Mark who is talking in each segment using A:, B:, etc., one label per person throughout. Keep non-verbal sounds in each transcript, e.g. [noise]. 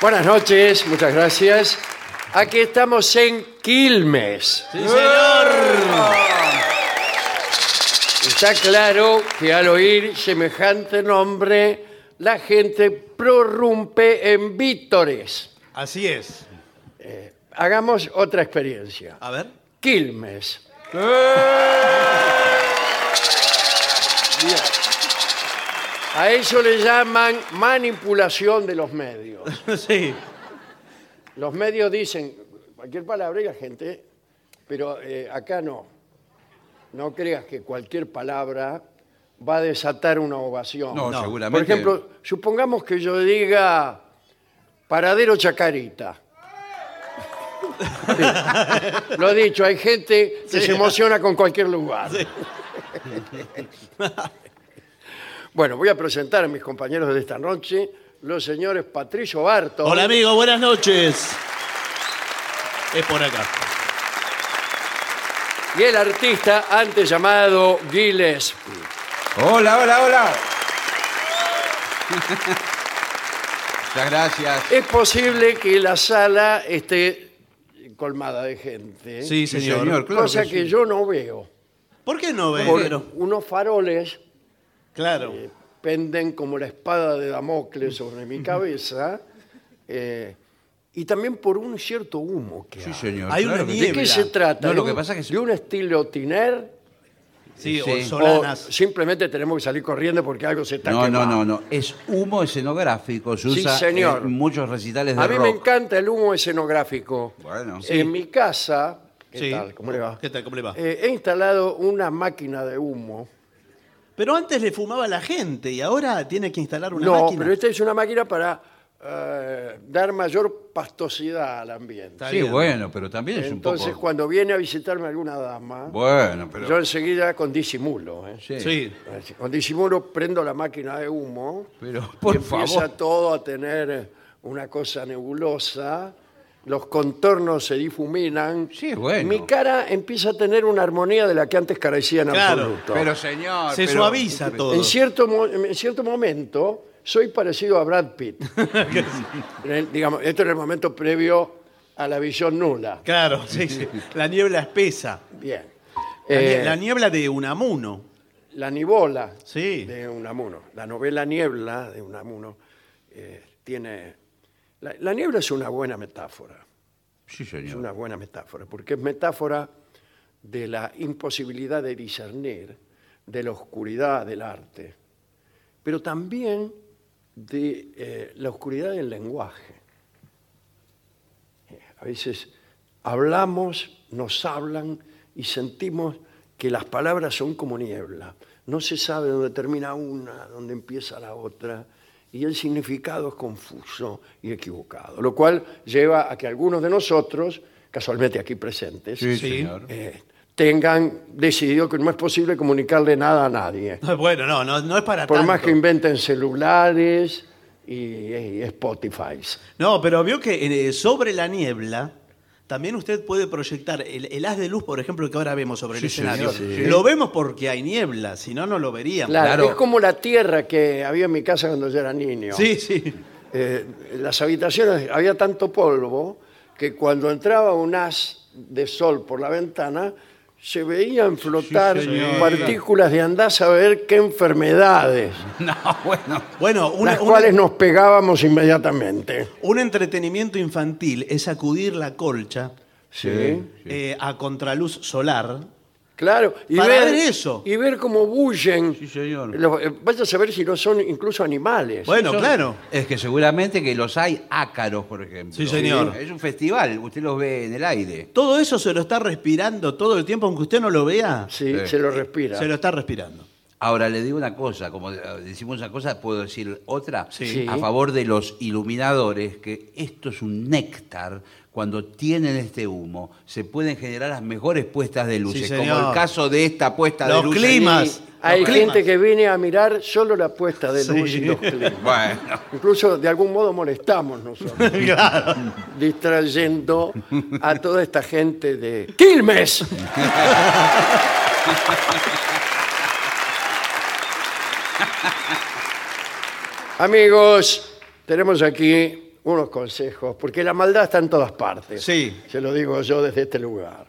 A: Buenas noches, muchas gracias. Aquí estamos en Quilmes. Está claro que al oír semejante nombre, la gente prorrumpe en vítores.
B: Así es.
A: Hagamos otra experiencia.
B: A ver.
A: Quilmes. Bien. A eso le llaman manipulación de los medios.
B: [laughs] sí.
A: Los medios dicen cualquier palabra y la gente, pero eh, acá no. No creas que cualquier palabra va a desatar una ovación.
C: No,
B: No.
C: seguramente.
A: Por ejemplo, supongamos que yo diga paradero
C: [laughs]
A: chacarita. Sí. Lo he dicho, hay gente que se emociona con cualquier lugar. bueno, voy a presentar a mis compañeros de esta noche, los señores Patricio Barto.
B: Hola amigo, buenas noches. Es por acá.
A: y el artista antes llamado Giles.
C: Hola, hola, hola. Muchas gracias.
A: Es posible que la sala esté colmada de gente,
B: Sí,
C: Sí,
B: señor.
C: señor. claro
A: cosa
C: que
A: que,
C: sí.
A: yo no veo.
B: ¿Por qué no ve?
A: Porque unos faroles
B: Claro.
A: penden como la espada de Damocles sobre mi cabeza eh, y también por un cierto humo que
C: Sí,
A: hay.
C: señor.
B: Hay una
C: claro que sí.
A: ¿De qué
B: Niebla.
A: se trata?
C: No, lo
A: ¿De
C: que
A: un-
C: pasa es que-
A: ¿De un estilo tiner?
B: Sí,
C: Sí.
B: o
A: ¿O
B: solanas.
A: simplemente tenemos que salir corriendo porque algo se está
C: No, no,
A: quemando?
C: no, no. Es humo escenográfico. Se
A: Sí,
C: usa
A: señor.
C: en muchos recitales de
A: A mí
C: rock.
A: me encanta el humo escenográfico.
C: Bueno.
A: En mi casa, ¿qué
B: Sí.
A: tal? ¿Cómo le va?
B: ¿Qué tal? ¿Cómo le va?
A: Eh, he instalado una máquina de humo.
B: Pero antes le fumaba la gente y ahora tiene que instalar una
A: no,
B: máquina.
A: pero esta es una máquina para eh, dar mayor pastosidad al ambiente.
B: Está
C: Sí,
B: bien.
C: bueno, pero también es
A: Entonces,
C: un poco...
A: cuando viene a visitarme alguna dama,
C: Bueno, pero...
A: yo enseguida con disimulo, ¿eh?
C: Sí.
B: Sí.
A: con disimulo prendo la máquina de humo.
C: Pero, por
A: empieza
C: favor.
A: todo a tener eh, una cosa nebulosa, los contornos se difuminan.
C: Sí, bueno.
A: Mi cara empieza a tener una armonía de la que antes carecía en
B: Claro,
A: absoluto.
C: Pero, señor...
B: Se
C: pero-
B: suaviza todo.
A: en, cierto, mo- en cierto momento, soy parecido a Brad Pitt. En el- digamos, esto en el momento previo a la visión nula.
B: Claro, sí, sí. La niebla espesa.
A: Bien.
B: La nie-
A: Eh,
B: la niebla de Unamuno. [laughs]
A: La Nibola
B: Sí.
A: de Unamuno. La novela Niebla de Unamuno eh, tiene... La, la niebla es una buena metáfora,
C: Sí,
A: es
C: señor.
A: una buena metáfora, porque es metáfora de la imposibilidad de discernir, de la oscuridad del arte, pero también de eh, la oscuridad del lenguaje. Eh, A veces hablamos, nos hablan y sentimos que las palabras son como niebla. No se sabe dónde termina una, dónde empieza la otra, y el significado es confuso y equivocado, lo cual lleva a que algunos de nosotros, casualmente aquí presentes,
C: Sí,
B: Sí.
C: señor. [laughs]
A: eh, tengan decidido que no es posible comunicarle nada a nadie.
B: Bueno, no, no, no es para
A: Por
B: tanto.
A: más que inventen celulares y, y Spotify.
B: No, pero vio que eh, sobre la niebla también usted puede proyectar el, el haz de luz, por ejemplo, que ahora vemos sobre el
C: Sí,
B: escenario.
C: señor, sí.
B: Lo vemos porque hay niebla, si no, no lo veríamos.
A: Claro,
C: Claro.
A: Es como la tierra que había en mi casa cuando yo era niño.
B: Sí, sí.
A: Eh, las habitaciones había tanto polvo que cuando entraba un haz de sol por la ventana se veían flotar
C: señor.
A: partículas de andás a ver qué enfermedades,
C: No, bueno.
B: Bueno, una-
A: las
B: una-
A: cuales nos pegábamos inmediatamente.
B: un entretenimiento infantil es sacudir la colcha
A: Sí.
B: eh, a contraluz solar.
A: Claro, y
B: Para
A: ver,
B: ver eso.
A: Y ver cómo bullen.
C: Sí, señor.
A: Los- eh, vaya a saber si no son incluso animales.
B: Bueno,
C: Son-
B: claro.
C: Es que seguramente que los hay ácaros, por ejemplo.
B: Sí, señor.
C: Es un festival, usted los ve en el aire.
B: Todo eso se lo está respirando todo el tiempo, aunque usted no lo vea,
A: Sí,
C: Sí.
A: se lo respira. [laughs]
B: se lo está respirando.
C: Ahora le digo una cosa, como eh, decimos una cosa, puedo decir otra
A: Sí.
C: a favor de los iluminadores, que esto es un néctar. Cuando tienen este humo, se pueden generar las mejores puestas de luces, como
B: señor.
C: el caso de esta puesta
B: Los
C: de luces.
B: climas.
A: Y
B: Más,
A: hay
B: los
A: gente
B: climas.
A: que viene a mirar solo la puesta de luz
B: Sí.
A: y los climas.
C: Bueno,
A: Incluso de algún modo molestamos nosotros,
B: claro.
A: distrayendo a toda esta gente de Quilmes. Amigos, tenemos aquí unos consejos, porque la maldad está en todas partes.
B: Sí.
A: Se lo digo yo desde este lugar.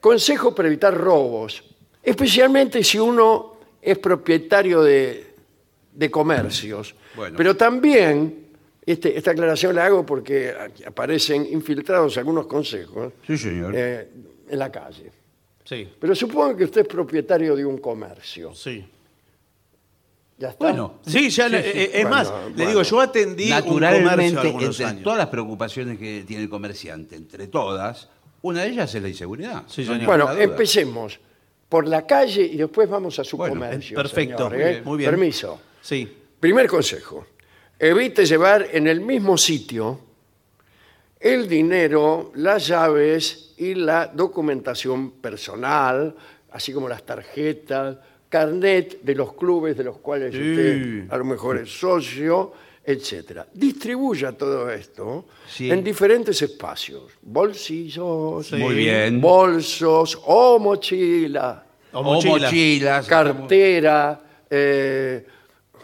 A: Consejo para evitar robos, especialmente si uno es propietario de, de comercios.
C: Bueno.
A: Pero también, este- esta aclaración la hago porque aquí aparecen infiltrados algunos consejos
C: sí, señor.
A: eh, en la calle.
B: Sí.
A: Pero supongo que usted es propietario de un comercio.
B: Sí.
A: ¿Ya está?
C: Bueno,
B: Sí, ya le- eh, es
A: Bueno,
B: más, le
A: bueno.
B: digo, yo atendí un comercio
C: naturalmente,
B: algunos
C: entre
B: años.
C: todas las preocupaciones que tiene el comerciante, entre todas, una de ellas es la inseguridad.
B: Sí,
C: No hay
B: señor.
A: Bueno,
C: ninguna duda.
A: empecemos por la calle y después vamos a su
C: Bueno,
A: comercio.
B: Perfecto,
A: señor,
B: muy
A: ¿eh?
B: bien, muy bien.
A: Permiso.
B: Sí.
A: Primer consejo, evite llevar en el mismo sitio el dinero, las llaves y la documentación personal, así como las tarjetas, carnet de los clubes de los cuales
B: Sí.
A: usted a lo mejor es socio, etcétera. Distribuya todo esto
C: Sí.
A: en diferentes espacios, bolsillos,
B: Sí.
C: Muy bien.
A: bolsos o mochila,
B: O mochila.
C: mochilas.
A: cartera, eh,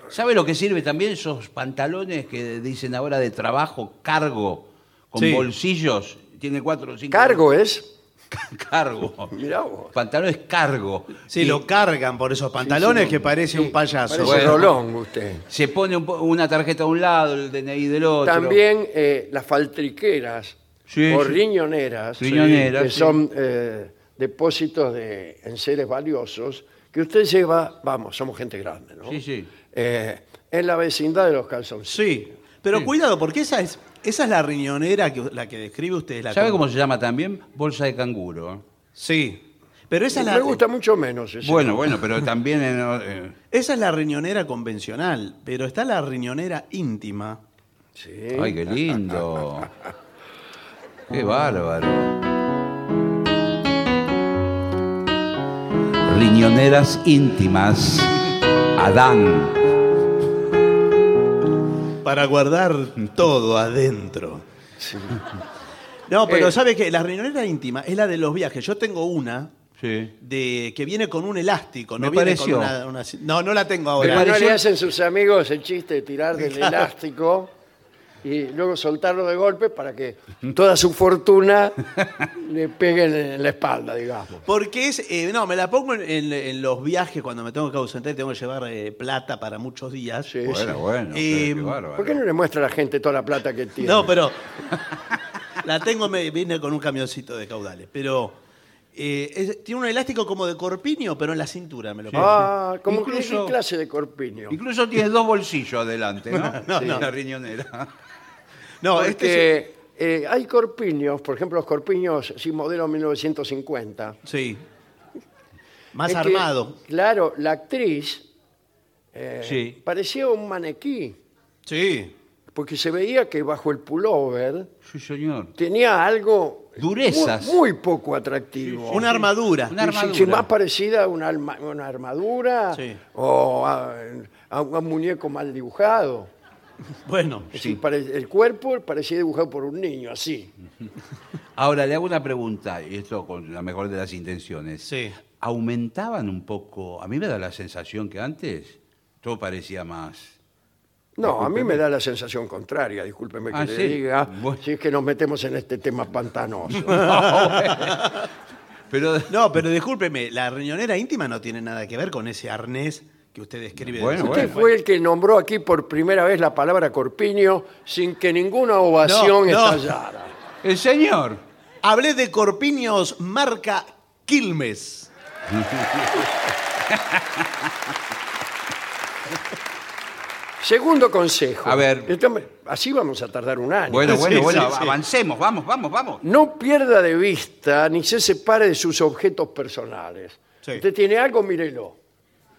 C: ¿Sabe lo que sirve también esos pantalones que dicen ahora de trabajo, cargo, con
B: Sí.
C: bolsillos? Tiene cuatro o cinco.
A: cargo es.
C: [laughs] Cargo.
A: Mirá vos.
C: Pantalones cargo.
B: Sí,
C: Y
B: lo cargan por esos pantalones que parece un payaso.
A: Parece
C: Bueno.
A: Rolón usted.
C: Se pone un po- una tarjeta a un lado, el DNI del otro.
A: También eh, las faltriqueras
C: Sí,
A: o
C: sí.
A: riñoneras,
C: Riñoneras,
A: que
C: sí.
A: son eh, depósitos de enseres valiosos que usted lleva, vamos, somos gente grande, ¿no?
C: Sí, sí.
A: Eh, en la vecindad de los calzoncillos.
B: Sí, pero
C: Sí.
B: cuidado, porque esa es, esa es la riñonera que, la que describe usted. La
C: ¿Sabe
B: con-
C: cómo se llama también? Bolsa de canguro.
B: Sí, pero esa es la,
A: Me gusta mucho menos eso.
C: Bueno, bueno, pero también en, eh,
B: esa es la riñonera convencional, pero está la riñonera íntima.
A: Sí.
C: Ay, qué lindo. Qué bárbaro. Riñoneras íntimas. Adán.
B: Para guardar todo adentro. No, pero
A: Eh.
B: ¿sabe qué? La riñonera íntima es la de los viajes. Yo tengo una
C: Sí.
B: de que viene con un elástico. No
C: Me
B: viene
C: pareció.
B: con una, una- No, no la tengo
A: Pero
C: Me
B: ahora.
A: no
C: pareció-
A: le hacen sus amigos el chiste de tirar del elástico y luego soltarlo de golpe para que toda su fortuna le pegue en la espalda, digamos.
B: Porque es, eh, no, me la pongo en, en- en los viajes cuando me tengo que ausentar y tengo que llevar eh, plata para muchos días.
A: Sí.
C: Bueno, bueno. pero
B: Eh,
C: qué bárbaro.
A: ¿Por qué no le muestra a la gente toda la plata que tiene? [laughs]
B: No, pero la tengo, me vine con un camioncito de caudales, pero eh, es- tiene un elástico como de corpiño, pero en la cintura me lo pongo.
A: Ah, como
C: Incluso-
A: ¿qué clase de corpiño?
C: Incluso tiene dos bolsillos adelante, ¿no?
B: No,
C: Sí,
B: no.
C: La riñonera.
B: No,
A: Porque
B: este
A: eh, hay corpiños, por ejemplo, los corpiños, sí, modelo 1950.
B: es, sí. Más
A: Es que,
B: armado.
A: claro, la actriz eh,
C: Sí.
A: parecía un maniquí,
B: Sí.
A: porque se veía que bajo el pullover
C: Sí, señor.
A: tenía algo muy-
C: Durezas.
A: muy, poco atractivo.
B: Una armadura.
C: Una-
A: Sí, sí,
C: armadura.
A: más parecida a una, alma- una armadura
B: Sí.
A: o a, a un muñeco mal dibujado.
B: [laughs] Bueno,
A: Es decir, pare- el cuerpo parecía dibujado por un niño, así.
C: Ahora le hago una pregunta, y esto con la mejor de las intenciones.
B: sí.
C: ¿Aumentaban un poco? A mí me da la sensación que antes todo parecía más.
A: No, a mí me da la sensación contraria, discúlpeme que
C: Ah,
A: le
C: sí.
A: diga,
C: Bueno.
A: si es que nos metemos en este tema pantanoso.
C: Pero
B: No, pero discúlpeme, la riñonera íntima no tiene nada que ver con ese arnés que usted describe. de
C: Bueno,
B: esa
A: Usted
C: bueno.
A: fue el que nombró aquí por primera vez la palabra corpiño sin que ninguna ovación
B: No, no.
A: estallara.
C: el señor.
B: Hablé de corpiños marca Quilmes.
A: Segundo consejo.
C: A ver.
A: Esto me- así vamos a tardar un año.
C: Bueno,
B: Sí,
C: bueno,
B: sí,
C: bueno,
B: sí.
C: avancemos, vamos, vamos, vamos.
A: No pierda de vista ni se separe de sus objetos personales.
B: Sí.
A: Usted tiene algo, mírelo.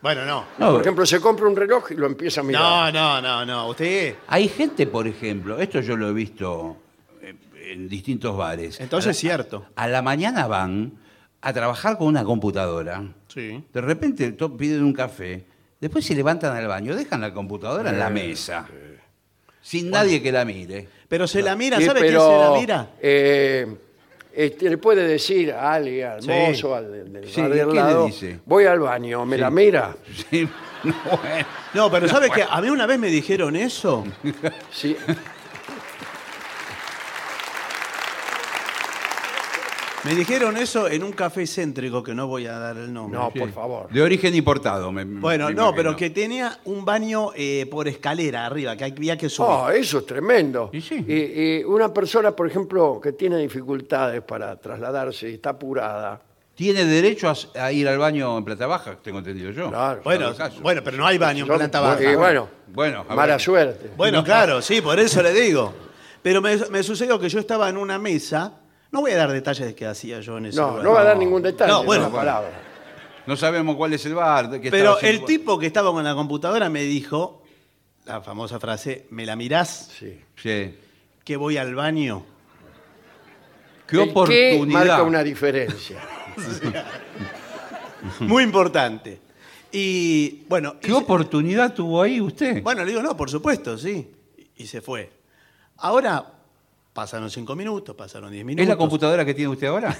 B: Bueno, no.
C: No,
A: Por ejemplo, se compra un reloj y lo empieza a mirar.
B: No, no, no, no. Usted.
C: Hay gente, por ejemplo, esto yo lo he visto eh, en distintos bares.
B: Entonces
C: A la-
B: es cierto.
C: A la mañana van a trabajar con una computadora.
B: Sí.
C: De repente to- piden un café, después se levantan al baño, dejan la computadora en la mesa, sin nadie que la mire. [laughs]
B: Pero se la mira,
A: Sí,
B: ¿sabe
A: pero,
B: quién se la mira?
A: eh, este, le puede decir a alguien, al
B: Sí.
A: mozo, al del- del
C: Sí,
A: bar de al
C: ¿qué le
A: lado,
C: dice?
A: voy al baño, me la mira.
C: Sí, bueno.
B: No, pero ¿sabe que a mí una vez me dijeron eso? [laughs]
A: Sí.
B: Me dijeron eso en un café céntrico que no voy a dar el nombre.
A: No, por favor.
C: De origen importado. me- me-
B: Bueno,
C: me
B: no,
C: imagino.
B: pero que tenía un baño eh, por escalera arriba, que había que subir.
A: Oh, eso es tremendo.
C: Y sí.
A: Y- y una persona, por ejemplo, que tiene dificultades para trasladarse y está apurada.
C: Tiene derecho a, s- a ir al baño en plata baja, tengo entendido yo.
A: Claro.
B: bueno,
C: caso.
B: bueno, pero no hay baño en
A: Yo-
B: planta
A: porque,
B: baja.
A: eh, bueno,
C: Bueno, a ver.
A: mala suerte.
B: Bueno, claro, sí, por eso le digo. Pero me, me sucedió que yo estaba en una mesa. No voy a dar detalles de qué hacía yo en ese
A: no,
B: lugar.
A: no va a dar ningún detalle.
B: No, bueno,
A: una
B: bueno.
A: palabra.
C: No sabemos cuál es el bar. de que
B: Pero
C: estaba sin-
B: el tipo que estaba con la computadora me dijo la famosa frase, ¿me la mirás
A: Sí.
C: Sí.
B: que voy
A: [laughs]
B: al baño?
C: Qué
A: El qué
C: oportunidad.
A: marca una diferencia.
B: Muy importante. Y bueno,
C: ¿Qué
B: hice-
C: oportunidad tuvo ahí usted?
B: bueno, le digo, no, por supuesto, sí. Y, y se fue. Ahora pasaron cinco minutos, pasaron diez minutos.
C: ¿Es la computadora que tiene usted
B: [laughs]
C: ahora?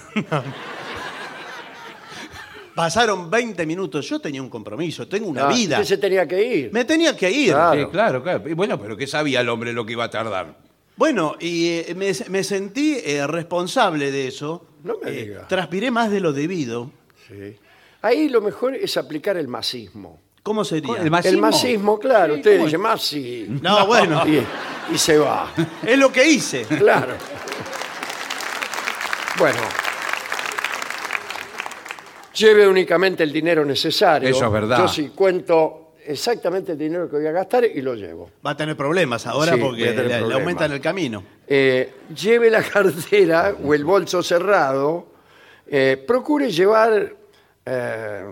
B: Pasaron 20 minutos. Yo tenía un compromiso, tengo [laughs] una
A: Ah,
B: vida.
A: Usted se tenía que ir.
B: Me tenía que ir.
A: Ah.
C: Sí, claro, claro. Y Bueno, pero ¿qué sabía el hombre lo que iba a tardar?
B: Bueno, y eh, me, me sentí eh, responsable de eso.
A: No me
B: Eh,
A: diga.
B: Transpiré más de lo debido.
A: Sí. Ahí lo mejor es aplicar el masismo.
B: ¿Cómo sería?
C: El masismo.
A: El masismo, claro.
C: Sí,
A: usted
C: ¿cómo
A: dice masi.
B: No,
C: [laughs]
B: bueno,
A: Y, y se va.
B: es lo que hice.
A: Claro. Bueno. Lleve únicamente el dinero necesario.
C: Eso es verdad.
A: Yo sí cuento exactamente el dinero que voy a gastar y lo llevo.
B: Va a tener problemas ahora
A: Sí, voy
B: porque
A: a tener
B: le- le,
A: problemas.
B: aumentan el camino.
A: Eh, lleve la [laughs] cartera o el bolso cerrado, eh, procure llevar eh,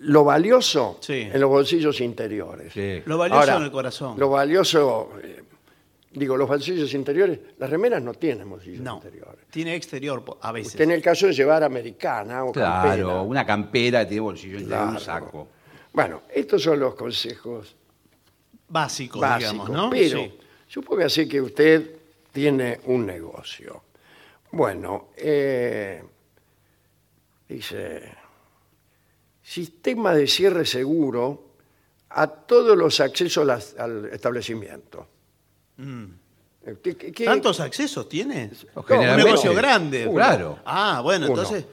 A: lo valioso
B: Sí.
A: en los bolsillos interiores.
C: Sí.
B: Lo valioso
A: Ahora,
B: en el corazón.
A: Lo valioso, eh, digo, los bolsillos interiores, las remeras no tienen bolsillos
B: No,
A: interiores.
B: tiene exterior po- a veces.
A: Usted en el caso de llevar americana o
C: Claro,
A: campera.
C: una campera tiene bolsillo y
A: Claro.
C: un saco.
A: Bueno, estos son los consejos
B: Básico,
A: básicos,
B: digamos, ¿no?
A: pero
B: Sí.
A: suponga así que usted tiene un negocio. Bueno, eh, dice, sistema de cierre seguro a todos los accesos las- al establecimiento.
B: Mm.
A: Eh, ¿qué- qué- qué-
B: ¿Tantos accesos tiene?
C: No,
B: Un
C: Generalmente-
B: negocio grande.
C: Uno. Claro.
B: Ah, bueno,
A: Uno.
B: entonces.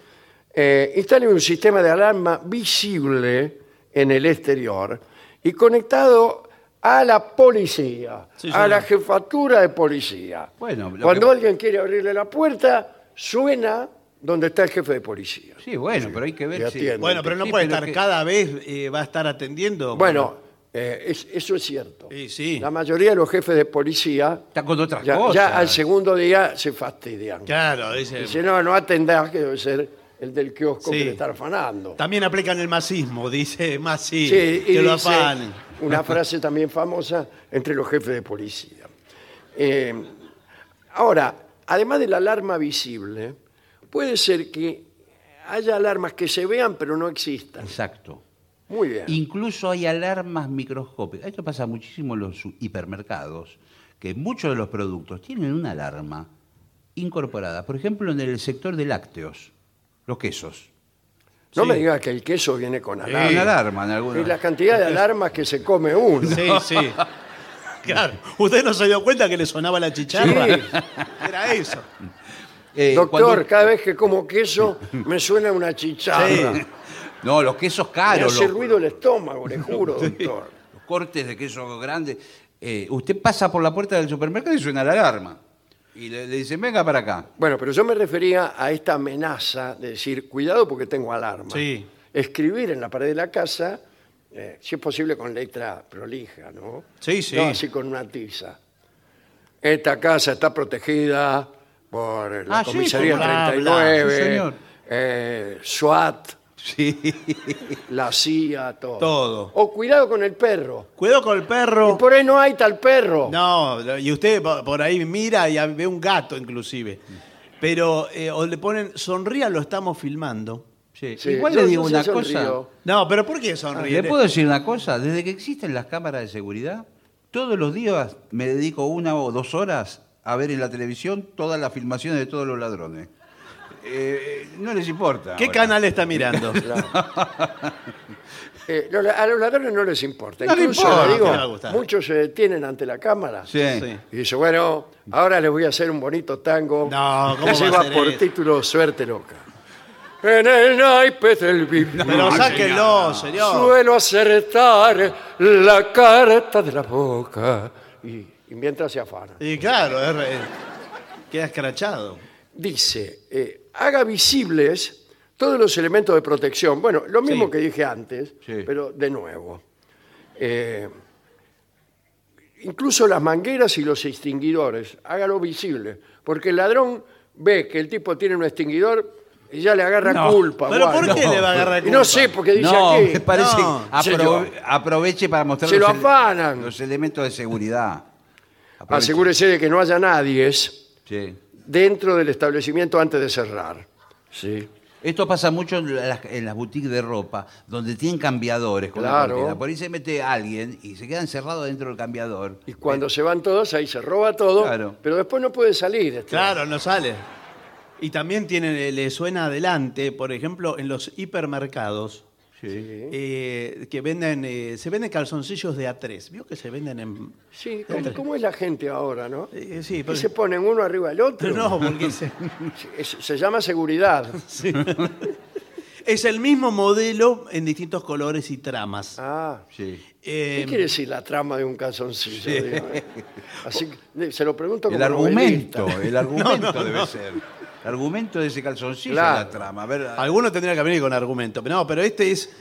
A: Eh, instale un sistema de alarma visible en el exterior y conectado a la policía,
B: Sí,
A: a
B: señor.
A: la jefatura de policía.
C: Bueno, lo
A: Cuando
C: que-
A: alguien quiere abrirle la puerta, suena donde está el jefe de policía.
C: Sí, bueno, pero hay que
A: Le
C: ver si...
A: atiende.
B: Bueno, pero no
C: Sí,
B: puede
C: pero
B: estar
C: que-
B: cada vez eh, va a estar atendiendo.
A: Bueno, eh, es- eso es cierto.
B: Sí, sí.
A: La mayoría de los jefes de policía
C: Está con otras
A: ya,
C: cosas.
A: ya al segundo día se fastidian.
B: Claro, dice.
A: Dice, no, no atendás, que debe ser el del kiosco
B: Sí.
A: que le está afanando.
B: También aplican el masismo, dice Masí.
A: Sí, y
B: que lo
A: dice
B: afanen.
A: Una frase también famosa entre los jefes de policía. Eh, ahora, además de la alarma visible, puede ser que haya alarmas que se vean pero no existan.
C: Exacto.
A: Muy bien.
C: Incluso hay alarmas microscópicas. Esto pasa muchísimo en los hipermercados, que muchos de los productos tienen una alarma incorporada. Por ejemplo, en el sector de lácteos, los quesos.
A: no
B: sí.
A: me digas que el queso viene con alarma.
C: Una alarma en
A: Y la
C: algunos.
A: cantidad de alarmas que se come uno.
B: Sí, sí. Claro. ¿Usted no se dio cuenta que le sonaba la chicharra?
A: Sí.
B: Era eso.
C: Eh,
A: Doctor,
C: cuando-
A: cada vez que como queso me suena una chicharra.
B: Sí.
C: No, los quesos
A: Me
C: caros.
A: hace
C: los-
A: ruido el estómago, le juro, doctor.
C: los cortes de queso grande. Eh, usted pasa por la puerta del supermercado y suena la alarma. Y le, le dicen, venga para acá.
A: Bueno, pero yo me refería a esta amenaza de decir, cuidado porque tengo alarma.
B: Sí.
A: Escribir en la pared de la casa, eh, si es posible con letra prolija, ¿no?
B: Sí, sí.
A: No así con una tiza. Esta casa está protegida por la
C: Ah, sí,
A: comisaría
C: por
B: bla, bla.
A: 39,
C: Sí, señor.
A: eh, SWAT,
B: Sí.
A: la CIA, todo.
B: Todo.
A: O cuidado con el perro.
B: Cuidado con el
A: Y
B: perro.
A: por ahí no hay tal perro.
B: No, y usted po- por ahí mira y ve un gato inclusive. Pero, eh, o le ponen, sonría, lo estamos filmando.
C: Sí.
A: Sí,
C: Igual
A: yo-
C: le
A: yo
C: digo
A: sí
C: una
A: sonrío.
C: cosa.
B: No, pero ¿por qué sonríe?
C: Ah, ¿Le puedo decir una cosa? Desde que existen las cámaras de seguridad, todos los días me dedico una o dos horas a ver en la televisión todas las filmaciones de todos los ladrones. Eh, no les importa.
B: ¿Qué
C: ahora.
B: canal está mirando?
C: [laughs]
A: [laughs] Eh, lo- a los ladrones no les importa.
C: No les
A: Incluso,
C: importa,
A: le
B: no les va a
A: digo,
B: gustar.
A: muchos se detienen ante la cámara.
C: Sí.
B: Sí.
A: Y dice, bueno, ahora les voy a hacer un bonito tango
B: No, ¿cómo
A: que
B: va a
A: lleva
B: hacer
A: por
B: eso?
A: título Suerte Loca. En el naipe del bip,
B: Pero sáquenlo, señor.
A: suelo acertar la carta de la boca. Y, y mientras se afana.
B: Y claro, es re- queda escrachado.
A: Dice, eh, haga visibles todos los elementos de protección. Bueno, lo mismo
C: Sí.
A: que dije antes,
C: Sí.
A: pero de nuevo. Eh, incluso las mangueras y los extinguidores, hágalo visible, porque el ladrón ve que el tipo tiene un extinguidor y ya le agarra
C: No,
A: culpa.
B: ¿Pero
A: bueno.
B: por qué
C: no.
B: le va a agarrar
A: Y
B: culpa?
A: no sé, porque dice
C: No,
A: aquí.
C: me parece
B: No,
C: apro-
A: señor.
C: aproveche para mostrar
A: Se lo
C: ele-
A: afanan.
C: los elementos de seguridad. Aproveche.
A: Asegúrese de que no haya nadie
C: Sí.
A: dentro del establecimiento antes de cerrar. Sí.
C: Esto pasa mucho en las, en las boutiques de ropa, donde tienen cambiadores con la
A: Claro.
C: cortina. Por ahí se mete alguien y se queda encerrado dentro del cambiador.
A: Y cuando se van todos, ahí se roba todo,
C: Claro.
A: pero después no puede salir. este.
B: Claro, no sale. Y también tiene, le suena adelante, por ejemplo, en los hipermercados.
C: Sí.
B: eh, que venden, eh, se venden calzoncillos de A3. ¿Vio que se venden en...?
A: Sí, ¿cómo, cómo es la gente ahora, no? Que
B: Eh, sí, pero...
A: se [laughs] ponen uno arriba del otro.
B: No, [laughs] porque se-
A: Es- Se, llama
B: [laughs]
A: seguridad.
B: es el mismo modelo en distintos colores y tramas.
A: Ah.
C: Sí.
B: Eh,
A: ¿Qué quiere decir la trama de un calzoncillo? Dígame? Así que, eh, se lo pregunto
C: El
A: como
C: argumento,
B: eh.
A: novelista. [laughs]
C: el argumento
B: No, no,
C: debe
B: no.
C: ser. El argumento de ese calzoncillo
A: Claro.
C: es la trama. A ver,
B: Algunos tendrían que venir con argumento. pero No, pero este es...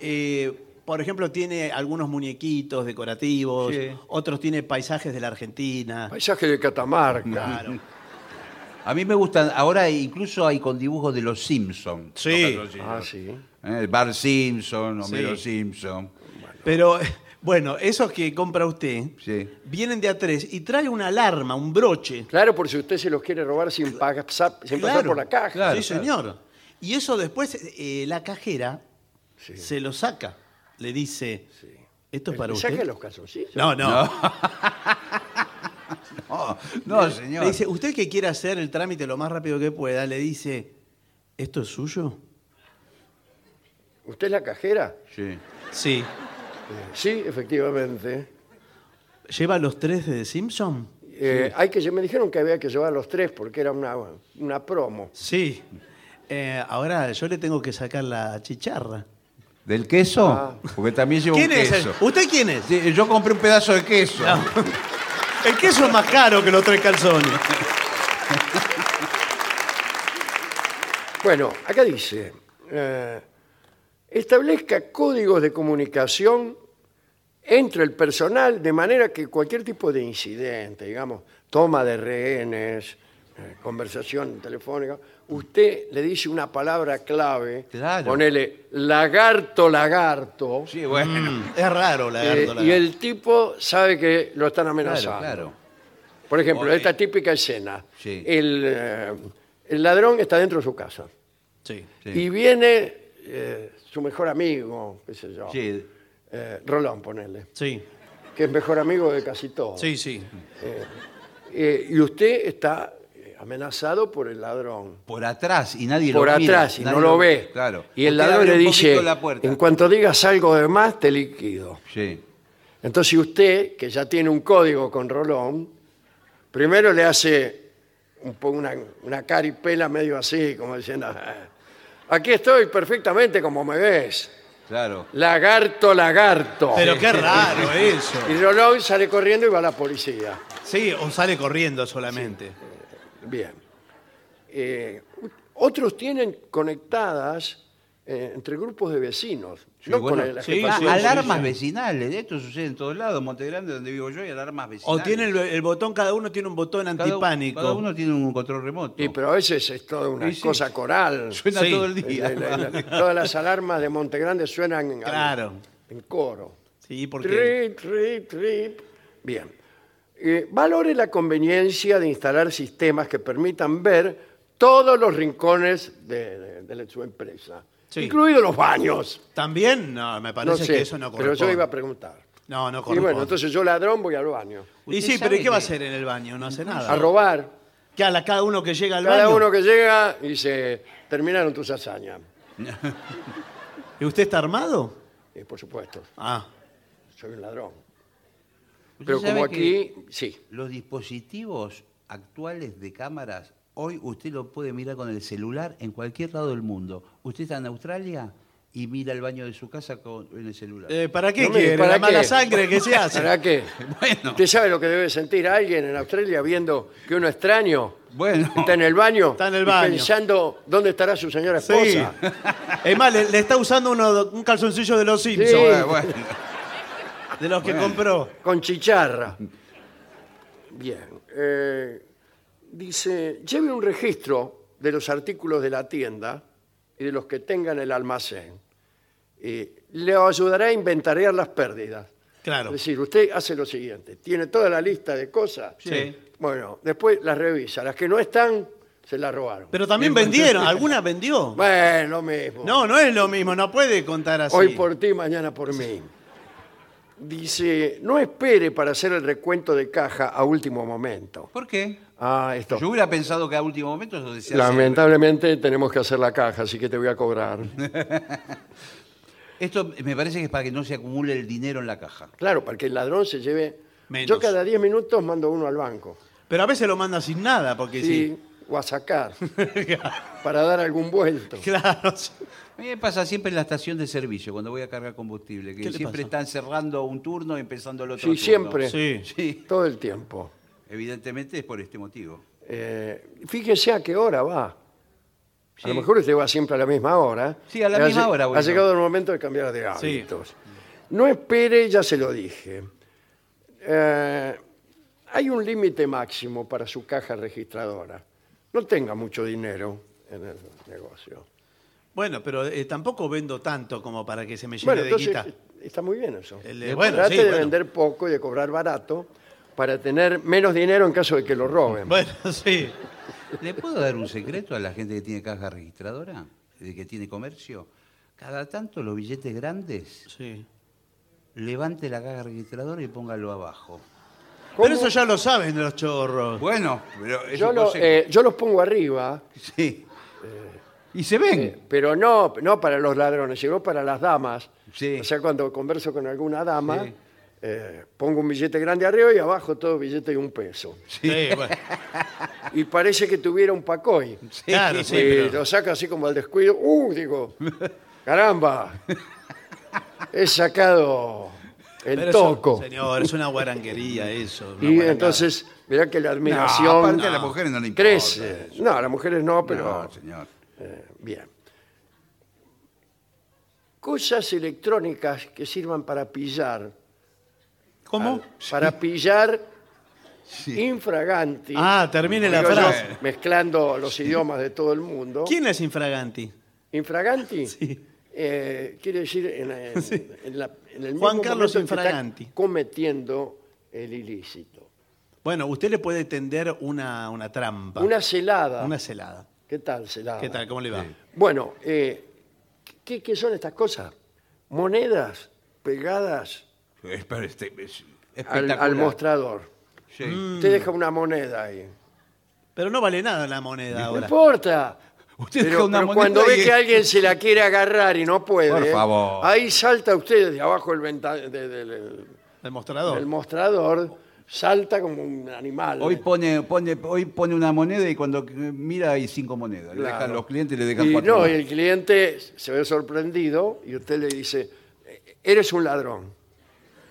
B: eh, por ejemplo, tiene algunos muñequitos decorativos,
C: Sí.
B: otros tiene paisajes de la Argentina.
A: Paisaje de Catamarca. Ah,
B: Claro.
C: a mí me gustan, ahora incluso hay con dibujos de los Simpsons.
B: Sí.
A: Ah, sí.
C: El Bar Simpson, Homero
B: Sí.
C: Simpson.
B: Pero [laughs] bueno, esos que compra usted
A: [laughs]
C: Sí.
B: vienen de A3 y trae una alarma, un broche.
A: Claro, por si usted se los quiere robar sin, pagar- sin pasar
B: Claro,
A: por la caja.
C: claro.
B: sí, señor. Y eso después eh, la cajera
A: Sí.
B: se lo saca. Le dice, esto es para
A: Le
B: usted.
A: saca los calzoncillos.
B: No, no.
C: No, [laughs] no, señor.
B: Le dice, usted que quiere hacer el trámite lo más rápido que pueda, le dice, ¿esto es suyo?
A: ¿Usted es la cajera?
C: Sí.
B: Sí.
A: Sí, efectivamente.
B: ¿Lleva los tres de The Simpson?
A: Eh, hay que, me dijeron que había que llevar los tres porque era una, una promo.
B: Sí. Eh, ahora yo le tengo que sacar la chicharra.
C: ¿Del queso?
A: Ah.
C: Porque también llevo
B: ¿Quién
C: un
B: es? el-
C: queso.
B: ¿Usted quién es?
C: Sí, yo compré un pedazo de queso.
B: El queso es más caro que los tres calzones.
A: Bueno, acá dice, eh, establezca códigos de comunicación entre el personal de manera que cualquier tipo de incidente, digamos, toma de rehenes, eh, conversación telefónica, usted le dice una palabra clave,
C: Claro.
A: ponele lagarto, lagarto,
C: Sí, bueno.
A: Mm.
B: Es raro la
A: eh, y el tipo sabe que lo están amenazando.
C: Claro, claro.
A: Por ejemplo,
C: Oye.
A: esta típica escena,
C: Sí.
A: el, eh, el ladrón está dentro de su casa.
B: Sí.
C: Sí.
A: Y viene eh, su mejor amigo, qué sé yo.
C: Sí.
A: eh, Rolón, ponele.
B: Sí.
A: Que es mejor amigo de casi todos.
B: Sí, sí.
A: Eh, y usted está eh, amenazado por el ladrón.
C: Por atrás y nadie
A: por
C: lo mira,
A: atrás y
C: nadie
A: no lo ve.
C: Claro.
A: Y el
C: Usted
A: ladrón
C: abre
A: le
C: un poquito
A: dice,
C: La puerta.
A: en cuanto digas algo de más, te liquido.
C: Sí.
A: Entonces usted, que ya tiene un código con Rolón, primero le hace un po- una, una caripela medio así, como diciendo, "Ah, aquí estoy perfectamente como me ves.
C: Claro.
A: Lagarto, lagarto.
B: Pero qué raro eso.
A: Y Rolón sale corriendo y va a la policía.
B: Sí, o sale corriendo solamente.
A: Bien. Eh, otros tienen conectadas eh, entre grupos de vecinos.
C: Sí,
A: no
C: bueno,
A: con el- la
B: sí,
C: Ah,
A: jefatura.
C: alarmas vecinales, esto sucede en todos lados, Monte Grande donde vivo yo hay alarmas
B: O
C: vecinales.
B: tiene el, el botón, cada uno tiene un botón
C: Cada u-
B: antipánico.
C: Cada uno tiene un control remoto.
B: [laughs]
A: Sí, pero a veces es toda una
C: Sí, sí.
A: cosa coral.
C: Suena
B: Sí.
C: todo el día.
A: La- la- la- todas las alarmas de Montegrande suenan en,
B: Claro.
A: en coro.
B: Sí, porque.
A: Trip, trip, trip. Bien. Eh, valore la conveniencia de instalar sistemas que permitan ver todos los rincones de, de- de la- su empresa,
B: Sí.
A: incluidos los baños.
B: También, no, me
A: No
B: parece
A: sé,
B: que eso no
A: pero yo
B: corresponde.
A: iba a preguntar.
B: No, no
A: Y
B: corresponde.
A: bueno, entonces yo ladrón voy al baño.
B: Y
C: Usted
B: sí, pero ¿y
C: sabe
B: qué va a
C: que-
B: hacer en el baño? No hace
A: A
B: nada.
A: robar.
B: Que a la- cada uno que llega al
A: Cada
B: baño.
A: uno que llega y se terminaron tus hazañas.
B: ¿Y usted está armado?
A: Eh, por supuesto,
B: Ah.
A: soy un ladrón.
C: Usted
A: Pero
C: sabe
A: como
C: que
A: aquí, sí.
C: Los dispositivos actuales de cámaras, hoy usted lo puede mirar con el celular en cualquier lado del mundo. Usted está en Australia y mira el baño de su casa con, en el celular.
B: Eh, ¿Para qué
A: No me-
B: quiere?
A: ¿para
B: la mala
A: qué?
B: sangre que se
A: [laughs]
B: hace.
A: ¿Será que
C: Bueno,
A: usted sabe lo que debe sentir alguien en Australia viendo que uno extraño
C: bueno.
A: está en el baño,
B: Está en el
A: y
B: baño.
A: pensando dónde estará su señora
B: Sí.
A: esposa?
B: [laughs] Es más, le, le está usando uno- un calzoncillo de los Simpsons,
A: Sí.
C: Bueno, bueno.
B: [laughs] de los que
C: Bueno.
B: compró.
A: Con chicharra. Bien. eh, dice, lleve un registro de los artículos de la tienda y de los que tenga en el almacén. Eh, le ayudará a inventariar las pérdidas.
B: Claro.
A: Es decir, usted hace lo siguiente, tiene toda la lista de cosas.
B: Sí.
A: Bueno, después las revisa. Las que no están, se las robaron.
B: Pero también vendieron, alguna vendió.
A: Bueno, lo mismo.
B: No, no es lo mismo, no puede contar así.
A: Hoy por ti, mañana por mí. Dice, no espere para hacer el recuento de caja a último momento.
C: ¿Por qué?
A: Ah, esto.
C: Yo hubiera pensado que a último momento eso se hace-
A: Lamentablemente tenemos que hacer la caja, así que te voy a
B: [laughs]
A: cobrar.
C: Esto me parece que es para que no se acumule el dinero en la caja.
A: Claro, para que el ladrón se lleve...
B: Menos.
A: Yo cada 10 minutos mando uno al banco.
B: Pero a veces lo manda sin nada, porque sí.
A: Sí, O a
B: [laughs]
A: sacar. para dar algún vuelto.
B: Claro. sí. [laughs]
C: A mí me pasa siempre en la estación de servicio, cuando voy a cargar combustible,
B: ¿Qué
C: que
B: le
C: siempre
B: pasa?
C: están cerrando un turno y empezando el otro.
A: Sí,
C: turno.
A: siempre.
B: Sí.
C: Sí,
A: Todo el tiempo.
C: evidentemente es por este motivo.
A: Eh, fíjese a qué hora va. A lo
C: Sí.
A: mejor usted va siempre a la misma hora.
C: Sí, a la
A: Ha
C: misma
A: lle-
C: hora voy
A: Ha
C: yo.
A: llegado el momento de cambiar de
B: Sí.
A: hábitos. No espere, ya se lo dije. Eh, hay un límite máximo para su caja registradora. No tenga mucho dinero en el negocio.
B: Bueno, pero eh, tampoco vendo tanto como para que se me llene
A: Bueno,
B: de
A: entonces eh,
B: guita.
A: está muy bien eso.
B: El de- bueno,
A: Trate
B: sí,
A: de
B: bueno.
A: vender poco y de cobrar barato para tener menos dinero en caso de que lo roben.
B: Bueno, [laughs] sí.
C: ¿Le puedo dar un secreto a la gente que tiene caja registradora, de que tiene comercio? Cada tanto los billetes grandes,
B: sí.
C: levante la caja registradora y póngalo abajo.
A: ¿Cómo?
B: Pero eso ya lo saben los chorros.
C: Bueno, pero es
A: yo,
C: un
A: lo-
C: consejo.
A: eh, yo los pongo arriba.
C: Sí. y se ven.
A: Pero no, no para los ladrones, sino para las damas.
C: Sí.
A: O sea, cuando converso con alguna dama,
C: Sí.
A: eh, pongo un billete grande arriba y abajo todo billete de un peso.
B: Sí, bueno.
A: Y parece que tuviera un pacoy.
B: Claro, sí,
A: y
B: pero-
A: lo saca así como al descuido. ¡Uh!
C: [laughs]
A: Digo, caramba, he sacado el
B: pero eso,
A: toco.
B: señor, es una guaranguería eso. una
A: y
B: guarangada.
A: entonces, mirá que la admiración
C: No, aparte a las mujeres no le importa
A: crece. No, a las mujeres no, pero...
C: No, señor.
A: Eh, bien. Cosas electrónicas que sirvan para pillar.
B: ¿Cómo?
A: Al- Para pillar
C: Sí.
A: infraganti.
B: Ah, termine la
A: Digo yo, eh,
B: frase.
A: mezclando los idiomas de todo el mundo.
B: ¿Quién es infraganti?
A: Infraganti
B: Sí.
A: eh, quiere decir en,
B: [laughs]
A: en- en la- en el
B: Juan
A: mismo
B: Carlos
A: momento en que está
B: Infraganti.
A: cometiendo el ilícito.
B: Bueno, usted le puede tender una, una trampa.
A: Una celada.
B: Una celada.
A: ¿Qué tal celada?
B: ¿Qué tal? ¿Cómo le va?
A: Bueno, eh, ¿qué- ¿qué son estas cosas? Monedas pegadas
C: Es, pero este- es
A: al,
C: espectacular. Mm.
A: al mostrador.
C: Sí.
A: Usted deja una moneda ahí.
B: Pero no vale nada la
A: [laughs]
B: moneda
A: No
B: ahora.
A: importa.
C: Usted
A: Pero,
C: deja una
A: pero
C: moneda
A: cuando ve
C: y-
A: que alguien se la quiere agarrar y no puede,
C: Por favor.
A: ahí salta usted de abajo del, venta- de- de- del-
B: El mostrador.
A: del mostrador, salta como un animal.
C: Hoy pone, pone, hoy pone una moneda y cuando mira hay cinco monedas. Le
A: Claro.
C: dejan los clientes le dejan
A: y
C: cuatro.
A: no,
C: más.
A: y el cliente se ve sorprendido y usted le dice, "Eh, eres un ladrón.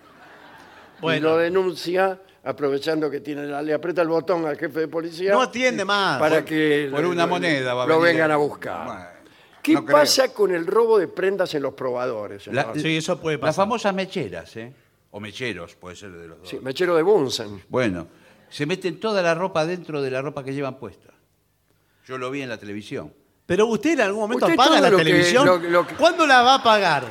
A: Y lo
B: Bueno,
A: denuncia aprovechando que tiene la- le aprieta el botón al jefe de policía
B: no atiende más.
A: para que
C: Por
A: lo-
C: una
A: lo-
C: moneda va a
A: lo
C: venir.
A: vengan a buscar.
C: Bueno,
A: ¿Qué
D: No creo.
A: pasa con el robo de prendas en los probadores?
C: La-
A: señor?
B: Sí, eso puede
C: Las
B: pasar.
C: famosas mecheras, ¿eh? O mecheros, puede ser de los dos.
A: Sí, mechero de Bunsen.
C: Bueno, se meten toda la ropa dentro de la ropa que llevan puesta. Yo lo vi en la televisión.
B: Pero usted en algún momento
A: Usted
B: apaga
A: todo
B: la
A: lo que-
B: televisión.
A: lo- lo que-
B: ¿Cuándo la va a apagar?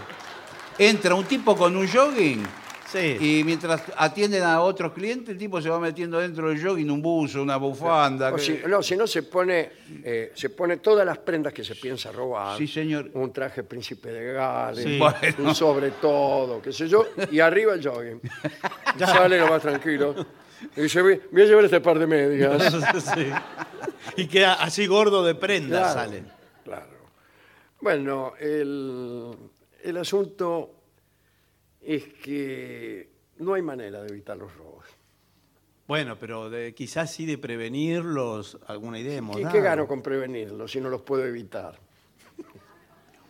C: Entra un tipo con un jogging
B: Sí.
C: y mientras atienden a otros clientes, el tipo se va metiendo dentro del jogging un buzo, una bufanda.
A: O
C: que-
A: si, no, si no se pone, eh, se pone todas las prendas que se piensa robar.
C: Sí, señor.
A: Un traje príncipe de Gales,
B: Sí.
C: Bueno.
A: un sobre todo, qué sé yo, y arriba el jogging. Y sale lo más tranquilo. Y dice, voy voy a llevar este par de medias.
B: Sí. Y queda así gordo de
A: Claro,
B: prenda sale.
A: Claro. Bueno, el, el asunto es que no hay manera de evitar los robos.
B: Bueno, pero de- quizás sí de prevenirlos, alguna idea hemos
A: ¿Y
B: dado.
A: qué gano con prevenirlo si no los puedo evitar?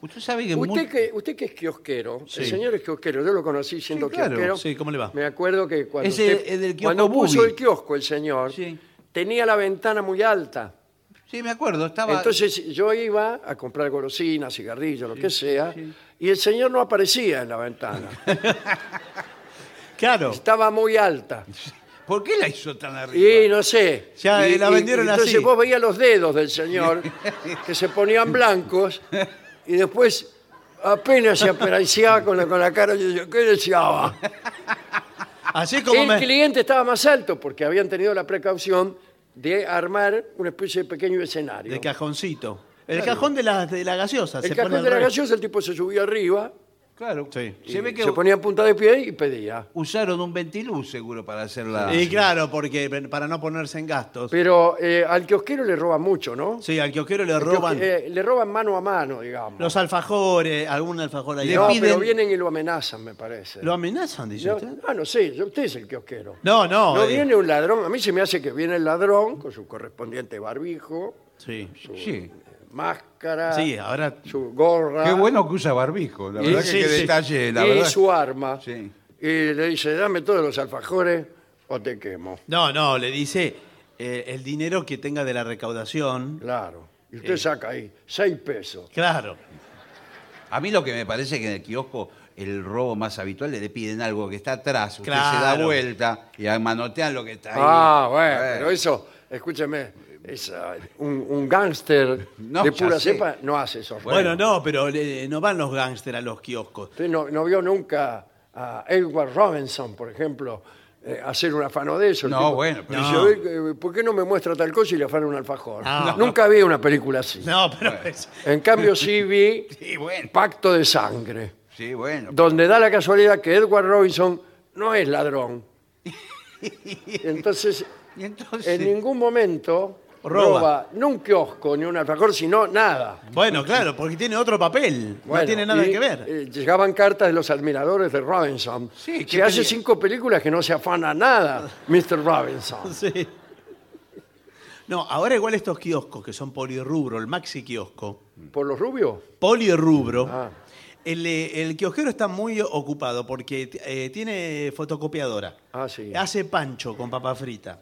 C: Usted sabe que... mu-
A: Usted que, usted que es kiosquero,
B: Sí.
A: el señor es kiosquero, yo lo conocí siendo
C: Sí, claro.
A: kiosquero.
B: Sí, ¿cómo le va?
A: Me acuerdo que cuando,
C: Es el-
A: usted-
C: el del kiosco
A: cuando puso
C: Bubi.
A: el kiosco el señor,
C: Sí.
A: tenía la ventana muy alta.
C: Sí, me acuerdo, estaba...
A: Entonces yo iba a comprar golosinas, cigarrillos, lo que sea, y el señor no aparecía en la ventana.
B: Claro.
A: Estaba muy
C: [laughs]
A: alta.
C: ¿Por qué la hizo tan arriba?
A: Y no sé.
B: Ya, eh,
A: y,
B: la
A: y-
B: vendieron
A: entonces
B: así.
A: vos veías los dedos del
B: [laughs]
A: señor que se ponían blancos y después apenas se aparecía con la, con la cara. Yo, yo, ¿Qué
B: [laughs]
A: deseaba?
B: Así como
A: el
B: me...
A: cliente estaba más alto porque habían tenido la precaución de armar una especie de pequeño escenario.
B: De cajoncito. El cajón de la, de la gaseosa.
A: el
B: se pone
A: cajón
B: al
A: de la
B: revés.
A: gaseosa, el tipo se subía arriba,
C: Claro.
B: Sí.
C: Se ve
A: y
C: que
A: se ponía en punta de pie y pedía.
C: usaron un ventiluz seguro para hacerla...
B: Y claro, porque para no ponerse en gastos.
A: Pero eh, al kiosquero le roban mucho, ¿no?
B: Sí, al kiosquero le
A: El
B: roban
A: kiosque- eh, le roban mano a mano, digamos.
B: los alfajores, algún alfajor ahí.
C: Le
A: no,
B: abajo.
C: piden-
A: pero vienen y lo amenazan, me parece.
B: ¿Lo amenazan, dice
A: No,
B: usted?
A: ah, no sé, yo- usted es el kiosquero.
B: No, no.
A: No
B: eh,
A: viene un ladrón, a mí se me hace que viene el ladrón con su correspondiente barbijo, eh,
B: Sí.
C: Sí.
A: máscara,
B: Sí, ahora...
A: su gorra.
C: Qué bueno que usa barbijo, la
A: Ah. Y-
C: verdad
B: sí,
C: que qué
B: sí.
C: detalle, la
A: y
C: verdad.
A: su arma.
C: Sí.
A: Y le dice, dame todos los alfajores o te quemo.
B: No, no, le dice eh, el dinero que tenga de la recaudación.
A: Claro. Y usted saca ahí seis pesos.
B: Claro.
C: A mí lo que me parece que en el kiosco el robo más habitual es le piden algo que está atrás, usted se
B: Claro.
C: da vuelta y manotean lo que está ahí.
A: Ah, bueno,
C: Eh,
A: pero eso, escúcheme, esa- un, un gángster
C: No,
A: de
C: ya
A: pura
C: sé.
A: cepa no hace eso.
B: Bueno, no, pero le- no van los gángster a los kioscos.
A: Usted no, no vio nunca a Edward Robinson, por ejemplo, eh, hacer un afano de eso. El
C: No, bueno, pero-
A: dice,
B: No.
A: "Eh, eh, ¿por qué no me muestra tal cosa y le afana un alfajor?
B: No.
A: Nunca vi una película así.
B: No, pero pues, es-
A: En cambio sí vi
C: Sí, bueno.
A: Pacto de Sangre,
C: Sí, bueno.
A: donde da la casualidad que Edward Robinson no es ladrón. Entonces,
C: Y entonces,
A: en ningún momento
B: Roba.
A: roba, ni un kiosco, ni un alfajor, sino nada.
B: Bueno, claro, porque tiene otro papel.
A: Bueno,
B: no tiene nada
A: y,
B: que ver.
A: eh, llegaban cartas de los admiradores de Robinson.
C: Sí,
A: que
C: qué
A: hace
C: peli-
A: cinco películas que no se afana nada,
B: [laughs]
A: Mr. Robinson.
B: Sí. No, ahora igual estos kioscos que son polirrubro, el maxi kiosco,
A: ¿Por los rubios?
B: polirrubro,
A: Ah.
B: el, eh, el kiosquero está muy ocupado porque eh, tiene fotocopiadora.
A: Ah, sí.
B: Hace pancho con papa frita,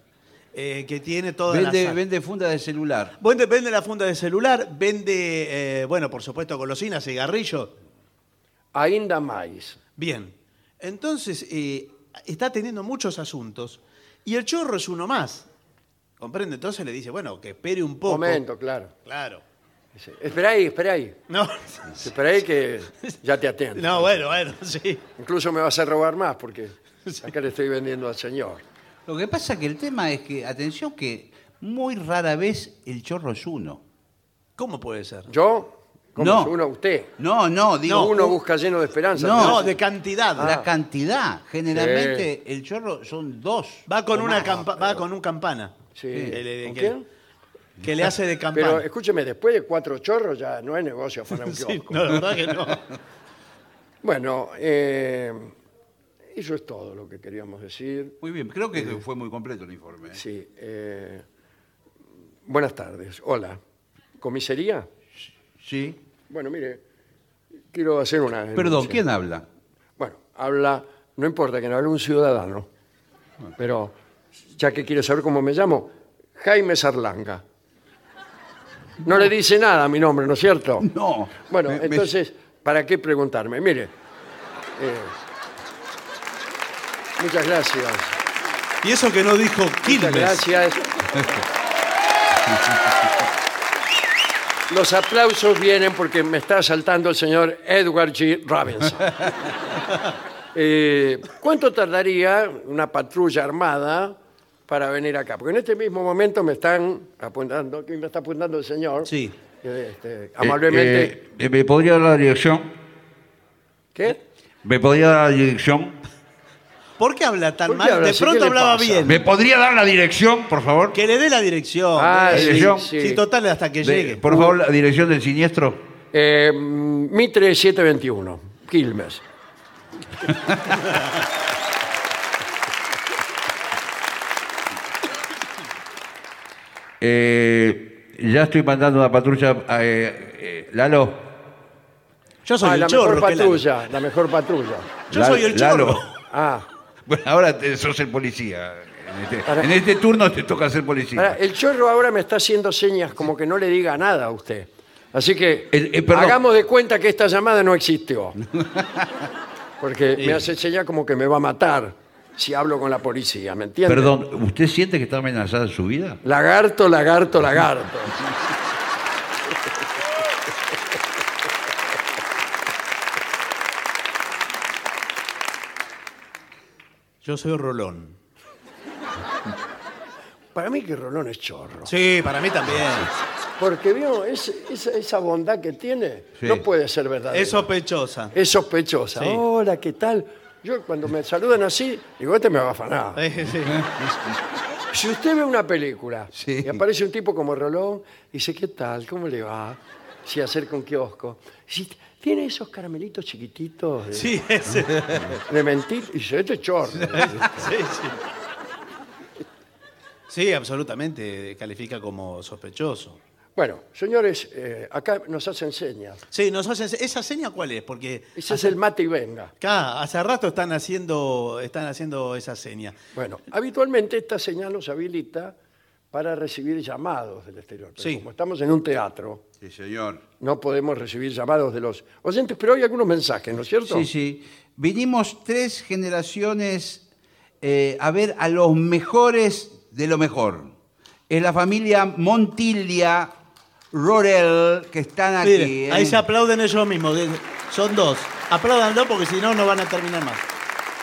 B: eh, que tiene toda
C: vende,
B: la...
C: vende funda de celular.
B: Vende, vende la funda de celular, vende, eh, bueno, por supuesto, golosinas, cigarrillos.
A: Ainda más.
B: Bien. Entonces, eh, está teniendo muchos asuntos y el chorro es uno más. ¿Comprende? Entonces le dice, bueno, que espere un poco.
A: Momento, claro.
B: Claro.
A: Dice, Espera ahí, espera ahí.
B: No, [laughs]
A: Espera ahí que ya te atiendo.
B: no bueno, bueno, [laughs] sí.
A: Incluso me vas a robar más porque acá le estoy vendiendo al señor.
C: Lo que pasa que el tema es que, atención, que muy rara vez el chorro es uno.
B: ¿Cómo puede ser?
A: ¿Yo? ¿Cómo
C: No.
A: es uno a usted?
C: No, no, digo
A: uno
C: un-
A: busca lleno de esperanza.
C: No.
B: No, de cantidad.
D: Ah.
A: Ah.
C: la cantidad. Generalmente el chorro son dos.
B: Va con
C: o
B: una
C: más.
B: campa- va con un campana.
A: Sí.
B: El- el-
A: ¿Con
B: que,
A: quién?
B: que le hace de
A: Pero
B: [laughs] campana.
A: escúcheme, después de cuatro chorros ya no es negocio afanar un
B: Sí,
A: kiosco.
B: no, la verdad que no.
A: Bueno, eh, eso es todo lo que queríamos decir.
C: Muy bien, creo que fue muy completo el informe. ¿eh?
A: Sí. eh, buenas tardes. Hola. ¿Comisaría?
C: Sí.
A: Bueno, mire, quiero hacer una. denuncia.
C: Perdón, ¿quién habla?
A: Bueno, habla, no importa que no hable un ciudadano, pero ya que quiere saber cómo me llamo, Jaime Sarlanga. No le dice nada a mi nombre, ¿no es cierto?
C: No.
A: Bueno,
C: Me- me-
D: Eh,
A: entonces, ¿para qué preguntarme? Mire. eh, muchas gracias.
B: [laughs] Y eso que no dijo
A: Muchas
B: Quilmes.
A: gracias. Los aplausos vienen porque me está asaltando el señor Edward G.
C: [laughs]
A: Robinson. Eh, ¿Cuánto tardaría una patrulla armada para venir acá? Porque en este mismo momento me están apuntando, ¿quién me está apuntando el señor?
B: Sí.
A: Eh, este, amablemente.
D: Eh, eh, ¿Me podría dar la dirección?
A: ¿Qué?
D: ¿Me podría dar la dirección?
B: ¿Por qué habla
A: ¿Por
B: tan
A: qué
B: mal?
A: habla
B: de
A: así? ¿Qué
B: pronto
A: le
B: hablaba
A: pasa?
B: bien.
D: ¿Me podría dar la dirección, por favor?
B: Que le dé la dirección.
A: Ah,
B: Eh,
D: sí,
B: sí,
A: sí.
B: Sí, total, hasta que
D: De-
B: llegue.
D: por favor, la dirección del siniestro.
A: Eh, Mitre 721, Quilmes.
D: Eh, ya estoy mandando una patrulla. eh, eh, Lalo.
B: Yo soy
A: Ah,
B: el
A: la
B: chorro.
A: mejor
B: que la-
A: patrulla, la mejor patrulla.
B: Yo
D: La-
B: soy el
D: Lalo.
B: chorro.
A: Ah,
D: [laughs] Bueno, ahora te- sos el policía. En
A: Para-
D: este, en este turno te toca ser policía.
A: ahora, el chorro ahora me está haciendo señas como que no le diga nada a usted. Así que
D: El- eh, perdón.
A: hagamos de cuenta que esta llamada
D: [laughs]
A: no existió. Porque me hace señas como que me va a matar si hablo con la policía, ¿me entiende?
D: Perdón, ¿usted siente que está amenazada su vida?
A: Lagarto, lagarto, lagarto.
B: Yo soy Rolón.
A: Para mí que Rolón es chorro.
B: Sí, para mí también.
A: Porque, vio, Es- esa, esa bondad que tiene
D: Sí.
A: no puede ser verdadera.
B: Es sospechosa.
A: es sospechosa.
B: Sí.
A: Hola, ¿qué tal? Yo cuando me saludan así, digo, este me va a afanar.
B: Sí, sí.
A: [laughs] Si usted ve una película
C: Sí.
A: y aparece un tipo como Rolón, dice, ¿qué tal? ¿Cómo le va? Se acerca un kiosco. Si tiene esos caramelitos chiquititos de,
B: Sí, ese.
A: de mentir, y dice, este es chorro.
B: Sí, sí. Sí, absolutamente. Califica como sospechoso.
A: Bueno, señores, eh, acá nos hacen señas.
B: Sí, nos hacen. ¿Esa seña cuál es? Porque
A: Ese es el mate y venga.
B: acá, hace rato están haciendo, están haciendo esa seña.
A: Bueno, habitualmente esta señal nos habilita para recibir llamados del exterior. Pero
B: Sí.
A: como estamos en un teatro,
C: Sí, señor.
A: no podemos recibir llamados de los oyentes, pero hay algunos mensajes, ¿no es cierto?
C: Sí, sí. Vinimos tres generaciones eh, a ver a los mejores de lo mejor. Es la familia Montilia, Rorel, que están
A: Ah,
C: aquí.
B: Mire, ahí
C: ¿eh?
B: se aplauden ellos mismos. que Son dos. Aplaudan dos porque si no, no van a terminar más.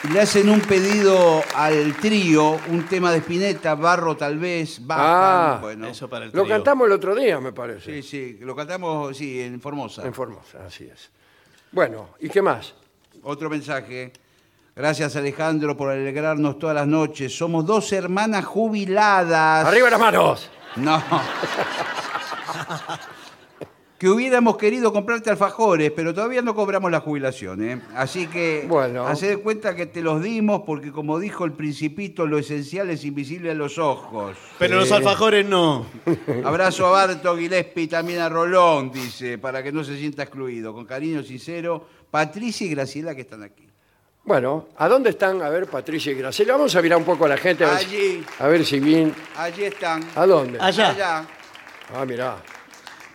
C: Y Le hacen un pedido al trío, un tema de Spinetta, Barro tal vez, Bajan,
A: Ah,
C: bueno.
B: Eso para el
A: Lo
B: trío.
A: cantamos el otro día, me
C: Sí,
A: parece,
C: sí, lo cantamos, sí, en Formosa.
A: en Formosa, así es. Bueno, ¿y qué más?
C: Otro mensaje. Gracias Alejandro por alegrarnos todas las noches. Somos dos hermanas jubiladas.
A: ¡Arriba las manos!
C: No. que hubiéramos querido comprarte alfajores, pero todavía no cobramos la jubilación, ¿eh? Así que
A: Bueno.
C: hacé de cuenta que te los dimos porque como dijo el principito, lo esencial es invisible a los ojos.
B: Pero los alfajores no.
C: Abrazo a Barto Gillespie y también a Rolón, dice, para que no se sienta excluido. Con cariño sincero, Patricia y Graciela que están aquí.
A: Bueno, ¿a dónde están? A ver, Patricia y Graciela. Vamos a mirar un poco a la gente. A ver, si-
C: Allí.
A: a ver si bien.
C: Allí están.
A: ¿A dónde?
B: Allá.
C: Allá.
A: Ah, mirá.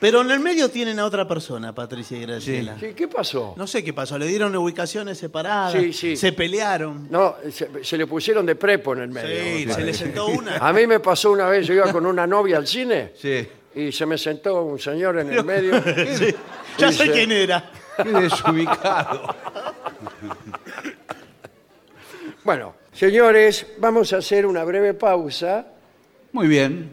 B: Pero en el medio tienen a otra persona, Patricia y Graciela.
A: Sí, ¿Qué pasó?
B: No sé qué pasó, le dieron ubicaciones separadas,
A: Sí, sí.
B: se pelearon.
A: No, se, se le pusieron de prepo en el medio. Ah,
B: Sí,
A: me
B: se le
A: parece.
B: sentó una.
A: A mí me pasó una vez, yo iba con una novia al cine
C: Sí.
A: y se me sentó un señor en el medio.
B: Sí, Ya sé
A: Dice-
B: quién era.
C: Qué desubicado.
A: Bueno, señores, vamos a hacer una breve pausa.
C: Muy bien.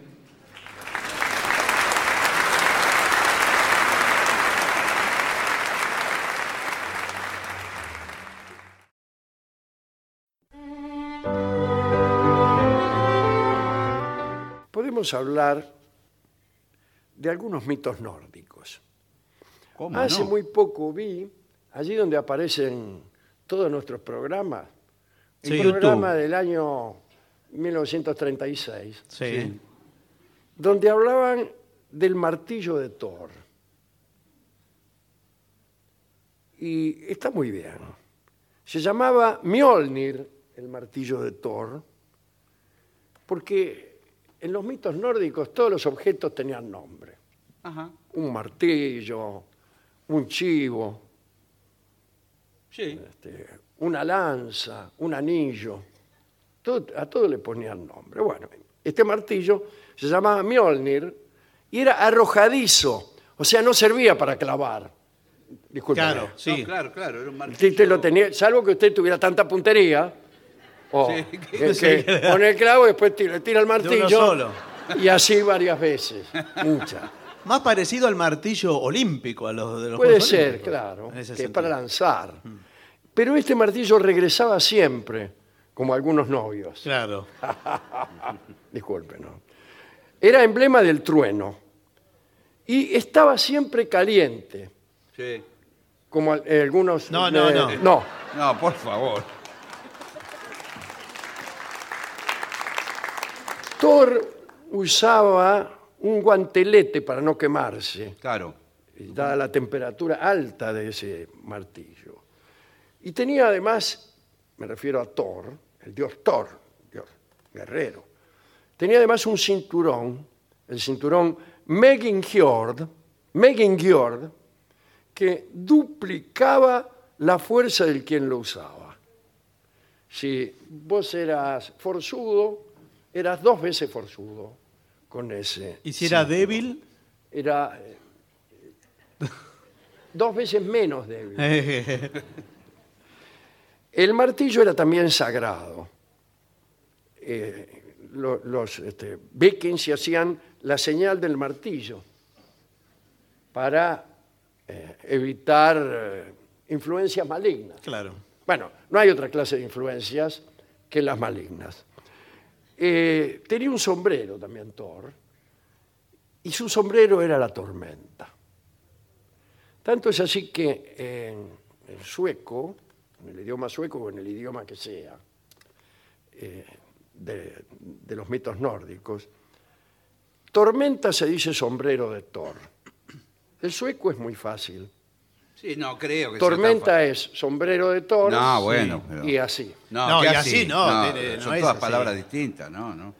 A: Podemos hablar de algunos mitos nórdicos.
C: ¿Cómo
A: Hace
C: no?
A: Ah, muy poco vi, allí donde aparecen todos nuestros programas, el
B: Sí.
A: programa del año 1936,
B: Sí.
A: donde hablaban del martillo de Thor. Y está muy bien. Se llamaba Mjolnir, el martillo de Thor, porque en los mitos nórdicos todos los objetos tenían nombre.
C: Ajá.
A: un martillo, un chivo,
C: Sí.
A: este, una lanza, un anillo. Todo- a todo le ponían nombre. Bueno, este martillo se llamaba Mjolnir y era arrojadizo, o sea, no servía para clavar. Disculpen.
B: Claro, sí.
C: No, claro, claro, era un martillo.
A: Usted lo tenía, salvo que usted tuviera tanta puntería, o
C: Sí,
B: [laughs]
C: que
A: que-
C: no
B: se
A: que pone el clavo y después tira, tira el
B: uno
A: martillo.
B: solo.
A: Y así varias veces, muchas.
B: Más parecido al martillo olímpico, a los de los
A: Puede
B: Juegos
A: ser,
B: Olímpicos,
A: claro,
B: en ese
A: que es
B: sentido. Mm.
A: para lanzar. Pero este martillo regresaba siempre, como algunos novios.
B: Claro.
A: Ah, Disculpen. ¿no? Era emblema del trueno. Y estaba siempre caliente,
C: Sí.
A: como al- algunos...
B: No, no,
A: eh,
B: no.
A: No,
C: No, por favor.
A: Thor usaba un guantelete para no quemarse,
C: Claro.
A: eh, dada la temperatura alta de ese martillo. Y tenía además, me refiero a Thor, el dios Thor, dios guerrero, tenía además un cinturón, el cinturón Megingjord, Megingjord, que duplicaba la fuerza del quien lo usaba. Si vos eras forzudo, eras dos veces forzudo con ese.
B: Y si era débil, [laughs]
A: Era eh, dos veces menos débil.
B: eh,
A: El martillo era también sagrado. Eh, lo- los este, vikings se hacían la señal del martillo para eh, evitar eh, influencias malignas.
B: claro.
A: Bueno, no hay otra clase de influencias que las malignas. Eh, tenía un sombrero también Thor, y su sombrero era la tormenta. Tanto es así que en, en sueco, en el idioma sueco o en el idioma que sea, eh, de, de los mitos nórdicos, tormenta se dice sombrero de Thor. El sueco es muy fácil.
C: Sí, no creo que sea tan
A: Tormenta
C: fa-
A: es sombrero de Thor
C: No, Ah, bueno, pero-
A: y así.
C: No,
B: No,
C: que
B: y así no, tiene- no
C: son
B: es
C: todas
B: así.
C: palabras distintas, ¿no? no.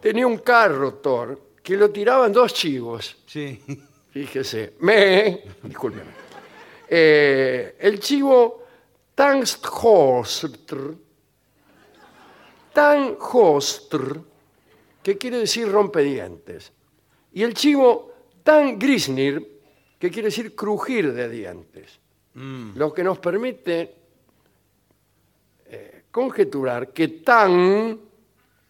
A: Tenía un carro Thor que lo tiraban dos chivos.
C: Sí.
A: Fíjese, me, discúlpeme. Eh, el chivo Tanghostr, Tanghostr, que quiere decir rompedientes. Y el chivo Tangrisnir, que quiere decir crujir de dientes. Lo que nos permite eh, conjeturar que tan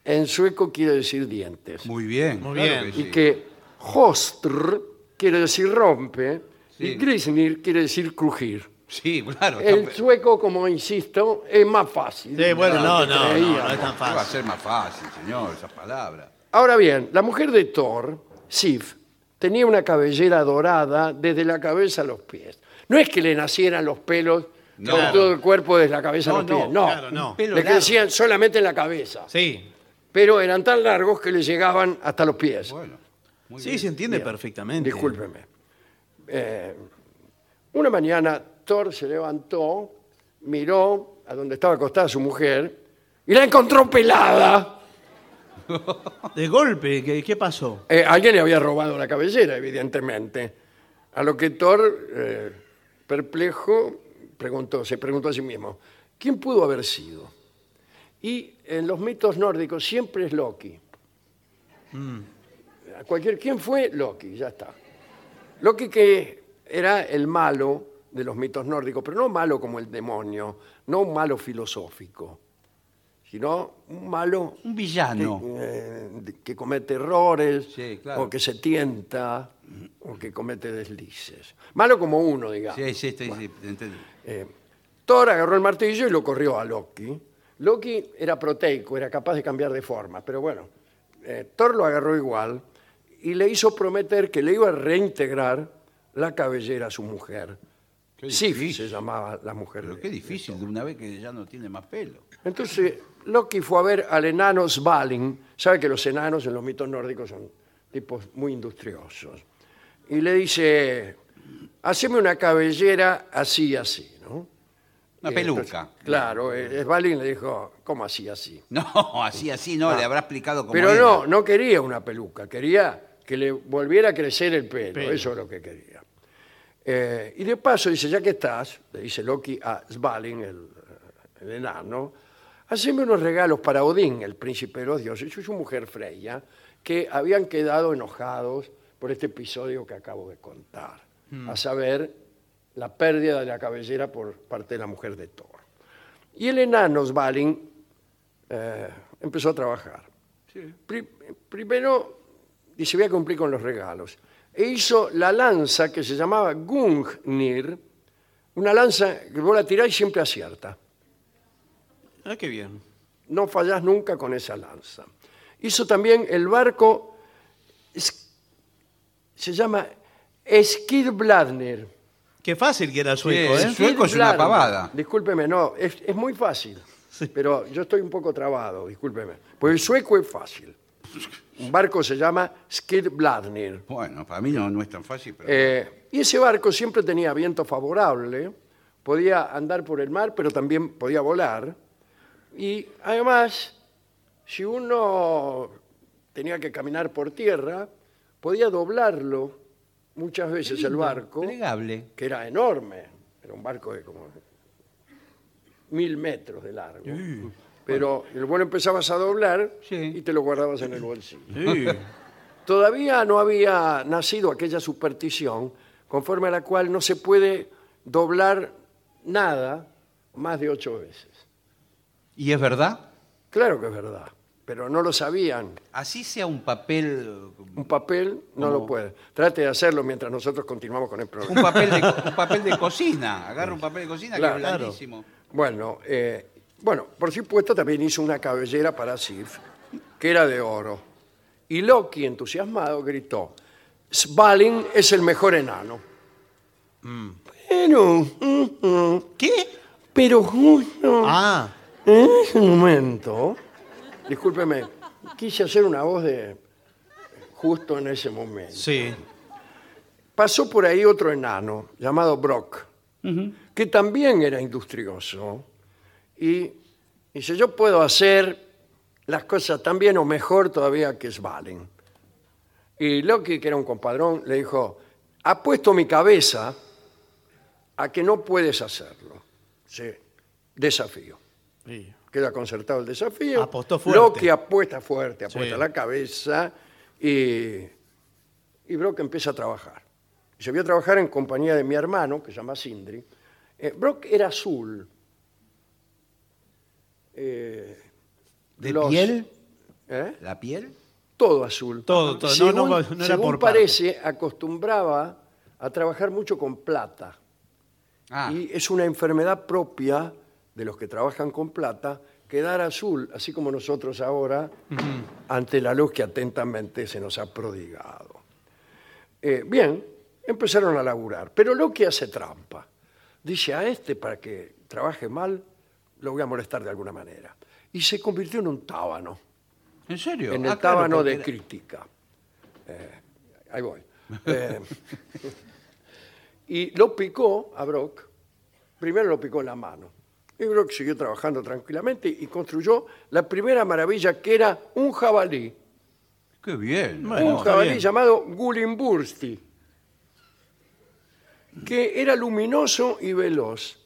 A: en sueco quiere decir dientes
C: [laughs] Muy bien.
B: Muy
C: claro
B: bien.
C: que
A: y
C: sí.
A: que hostr quiere decir rompe
C: Sí.
A: y grisnir quiere decir crujir.
C: Sí, claro.
A: El
C: está-
A: sueco, como insisto, es más fácil.
B: Sí, bueno,
A: de
B: no,
A: lo que
B: no, no,
A: creíamos.
B: no es tan
C: ¿Qué va a
B: fácil.
C: ser más fácil, señor, esas palabras?
A: Ahora bien, la mujer de Thor, Sif, tenía una cabellera dorada desde la cabeza a los pies. No es que le nacieran los pelos
C: No.
A: por todo el cuerpo desde la cabeza a los
C: No,
A: pies,
C: no,
A: no.
B: claro, no.
C: Pelo
A: le
C: largo.
A: crecían solamente en la cabeza,
B: Sí.
A: pero eran tan largos que le llegaban hasta los pies.
C: Bueno, muy
B: Sí,
C: bien.
B: se entiende perfectamente.
A: Discúlpeme. Eh, una mañana Thor se levantó, miró a donde estaba acostada su mujer y la encontró pelada.
B: De golpe, ¿qué, qué pasó?
A: Eh, alguien le había robado la cabellera, evidentemente. A lo que Thor, eh, perplejo, preguntó, se preguntó a sí mismo, ¿quién pudo haber sido? Y en los mitos nórdicos siempre es Loki. A Cualquier, ¿Quién fue? Loki, ya está. Loki que era el malo de los mitos nórdicos, pero no malo como el demonio, no un malo filosófico, sino un malo
C: Un villano.
A: eh, que comete errores,
C: Sí, claro.
A: o que se tienta, o que comete deslices. Malo como uno, digamos.
C: Sí, sí, estoy, sí, entendí.
A: Eh, Thor agarró el martillo y lo corrió a Loki. Loki era proteico, era capaz de cambiar de forma, pero bueno, eh, Thor lo agarró igual y le hizo prometer que le iba a reintegrar la cabellera a su mujer.
C: Qué
A: Sif
C: difícil.
A: se llamaba la mujer.
C: Pero
A: de-
C: qué difícil, de una vez que ya no tiene más pelo.
A: entonces, Loki fue a ver al enano Svalin. Sabe que los enanos en los mitos nórdicos son tipos muy industriosos. Y le dice, haceme una cabellera así y así, ¿no?
C: Una
A: Y
C: peluca.
A: entonces, claro, eh, Svalin le dijo, ¿cómo así así?
C: [laughs] No, así, así no, le habrá explicado cómo
A: Ah. Pero
C: era.
A: no, no quería una peluca, quería que le volviera a crecer el pelo,
B: Pelo.
A: eso es lo que quería. Eh, y de paso dice, ya que estás, le dice Loki a Svalin, el, eh, el enano, haceme unos regalos para Odín, el príncipe de los dioses, y su mujer Freya, que habían quedado enojados por este episodio que acabo de contar, a saber, la pérdida de la cabellera por parte de la mujer de Thor. Y el enano Svalin eh, empezó a trabajar. Pri- primero, dice, voy a cumplir con los regalos. E hizo la lanza que se llamaba Gungnir, una lanza que vos la tirás y siempre acierta.
B: Ah, qué bien.
A: No fallás nunca con esa lanza. Hizo también el barco, es- se llama Skidbladnir.
B: Qué fácil que era el sueco,
C: Sí,
B: ¿eh?
C: sí. Sueco es una
A: Skidbladnir.
C: pavada.
A: Discúlpeme, no, es, es muy fácil. Pero yo estoy un poco trabado, discúlpeme. Pues el sueco es fácil. Un barco se llama Skidbladnir.
C: Bueno, para mí no, no es tan fácil, pero.
A: Eh, y ese barco siempre tenía viento favorable, podía andar por el mar, pero también podía volar. Y además, si uno tenía que caminar por tierra, podía doblarlo muchas veces el barco,
C: Plegable.
A: que era enorme, era un barco de como mil metros de largo. Pero el vuelo empezabas a doblar
C: Sí.
A: y te lo guardabas en el bolsillo.
B: Sí.
A: Todavía no había nacido aquella superstición conforme a la cual no se puede doblar nada más de ocho veces.
C: ¿Y es verdad?
A: Claro que es verdad, pero no lo sabían.
C: Así sea un papel.
A: Un papel no lo puede. Trate de hacerlo mientras nosotros continuamos con el programa.
C: Oh. Un papel de, co- un papel de cocina. Agarra un papel de cocina
A: Claro.
C: que es blandísimo.
A: Bueno, eh, bueno, por supuesto también hizo una cabellera para Sif, que era de oro. Y Loki, entusiasmado, gritó, Svalin es el mejor enano. Bueno, mm, mm,
B: ¿Qué?
A: pero justo
B: Ah,
A: en ese momento, discúlpeme, quise hacer una voz de justo en ese momento.
B: sí.
A: Pasó por ahí otro enano llamado Brock, que también era industrioso y dice, yo puedo hacer las cosas tan bien o mejor todavía que Svalin. Y Loki, que era un compadrón, le dijo, apuesto mi cabeza a que no puedes hacerlo. Sí, desafío.
B: Sí.
A: Queda concertado el desafío.
B: Apostó fuerte.
A: Loki apuesta fuerte, apuesta
B: Sí.
A: la cabeza y y Brock empieza a trabajar. Se vio a trabajar en compañía de mi hermano, que se llama Sindri. Eh, Brock era azul. Eh,
C: ¿De
A: los-
C: piel?
A: ¿eh?
C: ¿La piel?
A: Todo azul.
B: Todo, todo. No,
A: Según,
B: no, no era
A: según
B: por
A: parece, acostumbraba a trabajar mucho con plata.
C: Ah,
A: Y es una enfermedad propia de los que trabajan con plata quedar azul, así como nosotros ahora, ante la luz que atentamente se nos ha prodigado. Eh, bien, empezaron a laburar, pero Loki hace trampa. Dice a este, para que trabaje mal, lo voy a molestar de alguna manera. Y se convirtió en un tábano
C: ¿en serio?
A: en
C: Ah,
A: el
C: claro,
A: tábano
C: porque
A: de
C: era-
A: crítica. Eh, ahí voy. Eh, [laughs] y lo picó a Brock, primero lo picó en la mano. Y Brock siguió trabajando tranquilamente y construyó la primera maravilla que era un jabalí.
C: Qué bien.
B: Bueno,
A: un
B: está
A: jabalí
B: bien.
A: llamado Gulimbursti, que era luminoso y veloz.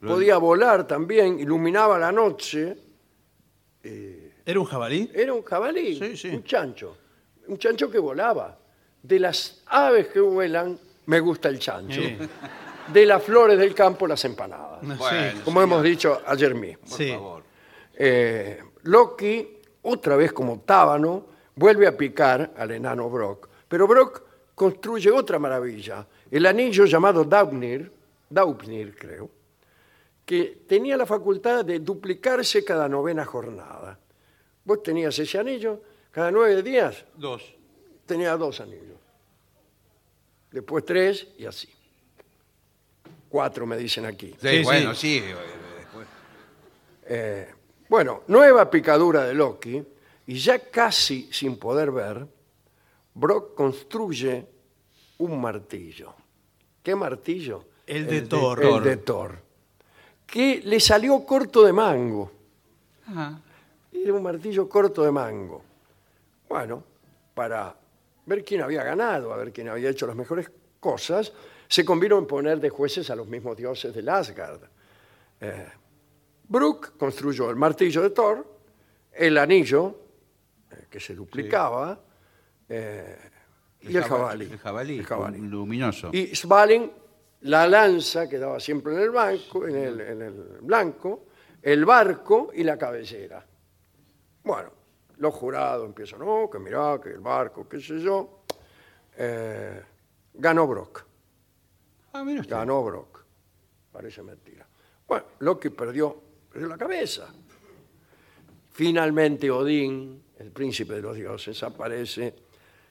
A: Podía volar también, iluminaba la noche.
B: ¿Era un jabalí?
A: Era un jabalí,
B: Sí, sí.
A: un chancho. Un chancho que volaba. De las aves que vuelan, me gusta el chancho.
B: Sí.
A: De las flores del campo, las empanadas.
B: [laughs] No,
C: Bueno.
A: Como hemos dicho ayer mismo.
C: Por
B: sí.
C: favor.
A: Eh, Loki, otra vez como tábano, vuelve a picar al enano Brock. Pero Brock construye otra maravilla, el anillo llamado Daupnir, Daupnir creo, que tenía la facultad de duplicarse cada novena jornada. Vos tenías ese anillo, cada nueve días
C: Dos.
A: tenía dos anillos. Después tres y así. Cuatro me dicen aquí.
C: Sí,
B: Sí,
C: bueno, sí. eh, después.
A: Eh, bueno, nueva picadura de Loki, y ya casi sin poder ver, Brock construye un martillo. ¿Qué martillo?
B: El de Thor.
A: El de Thor. Que le salió corto de mango.
C: Ajá.
A: Era un martillo corto de mango. Bueno, para ver quién había ganado, a ver quién había hecho las mejores cosas, se convino en poner de jueces a los mismos dioses del Asgard. Eh, Brooke construyó el martillo de Thor, el anillo, eh, que se duplicaba, eh, y el jabalí.
C: El jabalí,
A: El jabalí.
C: luminoso.
A: Y Svalin, la lanza que daba siempre en el banco, en el, en el blanco, el barco y la cabellera. Bueno, los jurados empiezan, no, que mirá, que el barco, qué sé yo. Eh, ganó Brock,
C: Ah, mira usted.
A: ganó Brock. Parece mentira. Bueno, Loki perdió, perdió la cabeza. Finalmente Odín, el príncipe de los dioses, aparece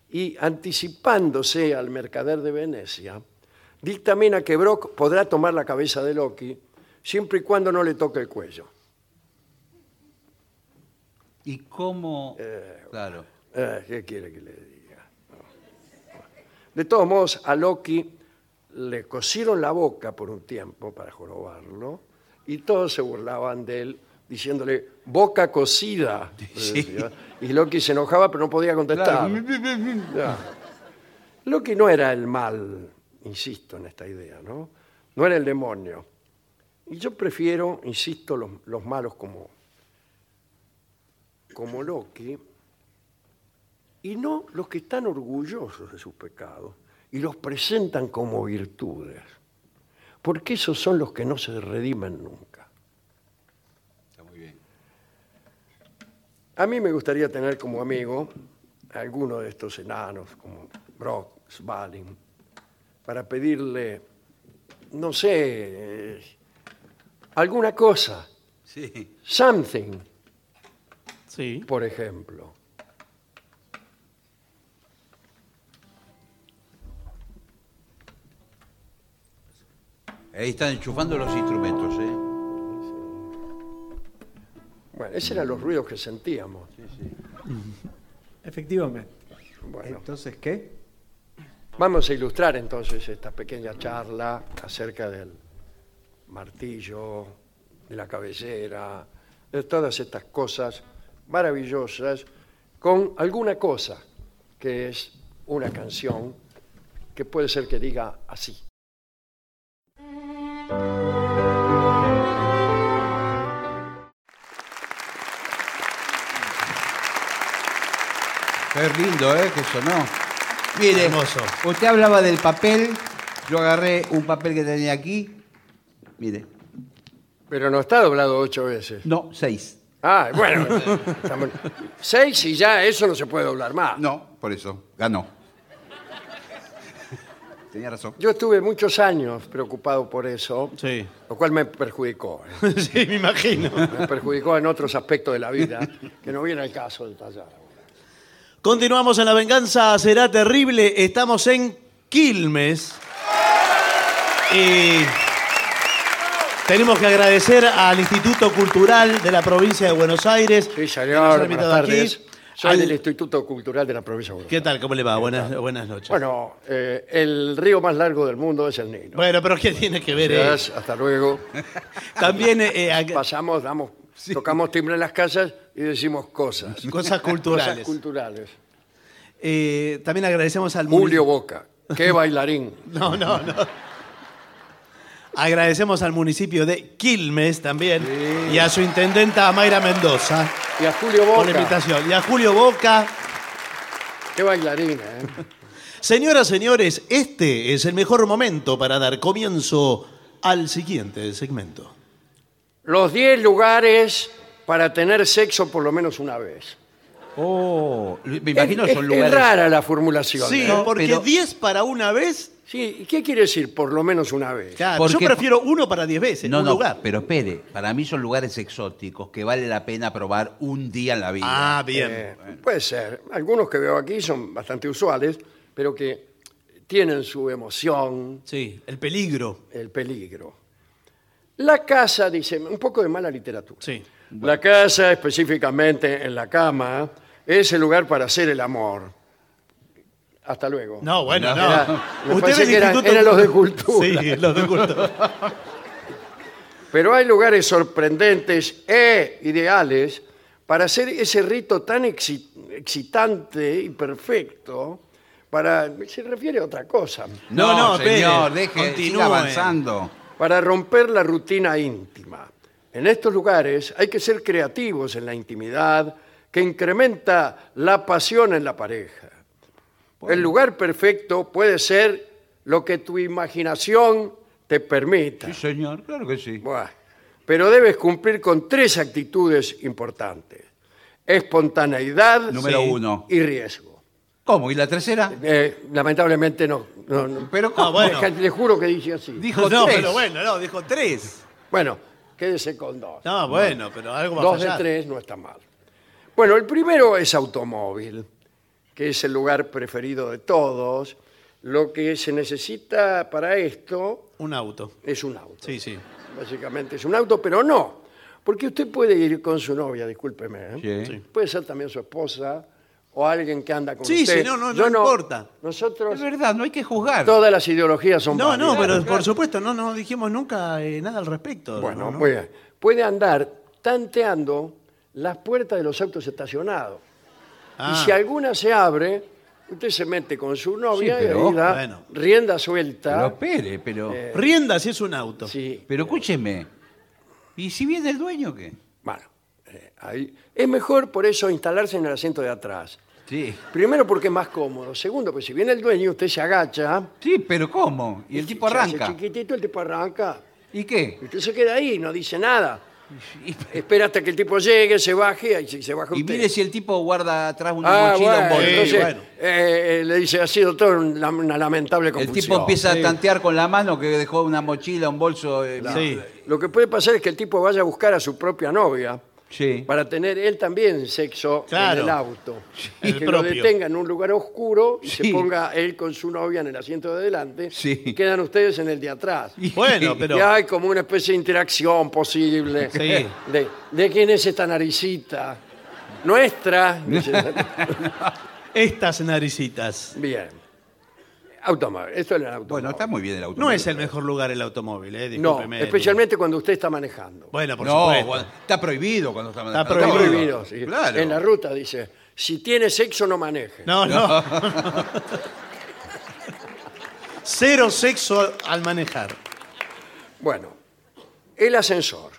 A: y anticipándose al mercader de Venecia, dictamina que Brock podrá tomar la cabeza de Loki siempre y cuando no le toque el cuello.
C: ¿Y cómo? claro.
A: Eh, ¿Qué quiere que le diga? De todos modos, a Loki le cosieron la boca por un tiempo para jorobarlo y todos se burlaban de él diciéndole boca cocida. le decía. Y Loki se enojaba pero no podía contestar. Ya. Loki no era el mal, insisto en esta idea, ¿no? No era el demonio. Y yo prefiero, insisto, los, los malos como, como Loki, y no los que están orgullosos de sus pecados y los presentan como virtudes, porque esos son los que no se redimen nunca.
C: Está muy bien.
A: A mí me gustaría tener como amigo a alguno de estos enanos, como Brock, Svalin, para pedirle, no sé, eh, alguna cosa,
C: Sí.
A: something,
B: Sí. [laughs]
A: por ejemplo.
C: Ahí están enchufando los instrumentos, ¿eh?
A: Bueno, esos eran los ruidos que sentíamos.
E: Efectivamente.
A: Bueno,
E: Entonces, ¿qué?
A: vamos a ilustrar entonces esta pequeña charla acerca del martillo, de la cabecera, de todas estas cosas maravillosas, con alguna cosa que es una canción que puede ser que diga así.
C: Qué lindo, ¿eh? Que sonó. Mire,
B: Hermoso.
C: usted hablaba del papel. Yo agarré un papel que tenía aquí. Mire.
A: Pero no está doblado ocho veces.
C: No, seis.
A: Ah, bueno. estamos- seis y ya eso no se puede doblar más.
C: No, por eso. Ganó. [laughs] Tenía razón.
A: Yo estuve muchos años preocupado por eso,
B: Sí.
A: lo cual me perjudicó. ¿eh?
B: sí, me imagino.
A: me perjudicó en otros aspectos de la vida que no viene al caso de detallar.
B: Continuamos en La Venganza Será Terrible. Estamos en Quilmes. Y tenemos que agradecer al Instituto Cultural de la Provincia de Buenos Aires.
A: Sí,
B: que nos ha
A: señor, buenas
B: invitado aquí.
A: tardes. Soy
B: Al-
A: del Instituto Cultural de la Provincia de Buenos
B: ¿Qué tal? ¿Cómo le va? Buenas, buenas noches.
A: Aires. Bueno, eh, el río más largo del mundo es el Nilo.
B: Bueno, pero ¿qué tiene que ver? eh?
A: Gracias, Hasta luego.
B: También eh, ac-
A: Pasamos, damos, tocamos timbre en las casas y decimos cosas.
B: cosas
A: Cosas
B: culturales.
A: culturales.
B: Eh, también agradecemos al
A: Julio
B: municipio-
A: Boca, qué bailarín.
B: No, no, no. Agradecemos al municipio de Quilmes también y a su intendenta Mayra Mendoza
A: Y a Julio
B: por la
A: Boca,
B: invitación. Y a Julio Boca.
A: qué bailarín. ¿eh?
B: Señoras, señores, este es el mejor momento para dar comienzo al siguiente segmento.
A: Los 10 lugares para tener sexo por lo menos una vez.
C: Oh, me imagino
A: es,
C: son
A: es- es
C: lugares.
A: rara la formulación.
B: Sí,
A: ¿eh?
C: No,
B: porque
C: pero-
B: 10 para una vez,
A: Sí, ¿y qué quiere decir por lo menos una vez?
B: claro,
C: Porque-
B: yo prefiero uno para 10 veces,
C: No,
B: un
C: no,
B: lugar.
C: pero espere, para mí son lugares exóticos que vale la pena probar un día en la vida.
B: Ah, bien.
A: Eh, puede ser. Algunos que veo aquí son bastante usuales, pero que tienen su emoción,
B: Sí, el peligro.
A: el peligro. La casa, dice, un poco de mala literatura.
B: Sí.
A: La casa, específicamente en la cama, es el lugar para hacer el amor. Hasta luego.
B: No, bueno, no.
A: Era- me parece
B: del
A: que eran-
B: Instituto-
A: eran los de cultura.
B: Sí, los de cultura.
A: Pero hay lugares sorprendentes e ideales para hacer ese rito tan exi- excitante y perfecto, para, se refiere a otra cosa,
B: No, no, espere.
C: señor, deje,
B: Continúe.
C: siga avanzando.
A: para romper la rutina íntima. En estos lugares hay que ser creativos en la intimidad que incrementa la pasión en la pareja. El lugar perfecto puede ser lo que tu imaginación te permita.
C: Sí, señor, claro que sí.
A: Buah. Pero debes cumplir con tres actitudes importantes. Espontaneidad
C: Número
B: Sí.
C: uno.
A: y riesgo.
C: ¿Cómo? ¿Y la tercera?
A: Eh, lamentablemente no. no, no.
C: Pero ¿cómo?
B: bueno.
A: Es que Le juro que dije así.
C: Dijo
B: no,
C: tres.
B: pero bueno, no, dijo tres.
A: Bueno, quédese con dos.
B: No, bueno, pero algo va a
A: dos de
B: fallar.
A: tres no está mal. Bueno, el primero es automóvil, que es el lugar preferido de todos. Lo que se necesita para esto
B: Un auto.
A: es un auto.
B: Sí, sí.
A: Básicamente es un auto, pero no. Porque usted puede ir con su novia, discúlpeme. ¿eh?
C: Sí.
B: Sí.
A: Puede ser también su esposa o alguien que anda con
B: Sí,
A: usted.
B: sí, no, no,
A: Yo
B: no importa.
A: Nosotros,
C: Es verdad, no hay que juzgar.
A: todas las ideologías son
B: No, no,
A: válidas.
B: pero por supuesto, no nos dijimos nunca eh, nada al respecto.
A: Bueno, pues,
B: ¿no?
A: muy bien. Puede andar tanteando las puertas de los autos estacionados.
B: Ah,
A: Y si alguna se abre, usted se mete con su novia
C: Sí, pero,
A: y ahí da
B: bueno.
A: rienda
C: Pero
A: suelta.
C: espere, pero.
B: Eh, Rienda si es un auto.
A: Sí,
C: Pero escúcheme. ¿Y si viene el dueño qué?
A: bueno, eh, ahí. Es mejor por eso instalarse en el asiento de atrás.
C: Sí.
A: Primero porque es más cómodo. Segundo, pues si viene el dueño, usted se agacha.
C: Sí, pero ¿cómo? Y el tipo
A: se hace
C: arranca.
A: chiquitito, el tipo arranca.
C: ¿Y qué?
A: Y usted se queda ahí, no dice nada.
C: Y,
A: Espera hasta que el tipo llegue, se baje, y si se baja
C: y
A: usted.
C: mire si el tipo guarda atrás una
A: Ah,
C: mochila,
A: bueno,
C: un bolso.
A: entonces,
B: Sí, bueno.
A: eh, le dice, ha sido todo un lam- una lamentable
C: El
A: confusión.
C: tipo empieza a tantear con la mano que dejó una mochila, un bolso. eh,
B: Sí.
A: Lo que puede pasar es que el tipo vaya a buscar a su propia novia
C: Sí.
A: para tener él también sexo
B: Claro.
A: en el auto.
B: El
A: que lo
B: propio.
A: detenga en un lugar oscuro y
C: Sí.
A: se ponga él con su novia en el asiento de adelante
C: Sí.
A: y quedan ustedes en el de atrás. [laughs]
C: Y-
B: Bueno, pero.
A: Y hay como una especie de interacción posible.
B: Sí.
A: De, de quién es esta naricita? Nuestra.
B: Estas naricitas.
A: [laughs] Bien. Automóvil. Esto es el automóvil.
C: Bueno, está muy bien el auto.
B: No es el mejor lugar el automóvil, ¿eh?
A: No,
B: Discúlpeme.
A: especialmente cuando usted está manejando.
B: Bueno, por
C: no,
B: supuesto.
C: bueno, está prohibido cuando está manejando.
A: Está
B: prohibido.
A: prohibido. sí.
C: Claro.
A: En la ruta dice, si tiene sexo no maneje.
B: No, no. [laughs] Cero sexo al manejar.
A: Bueno, el ascensor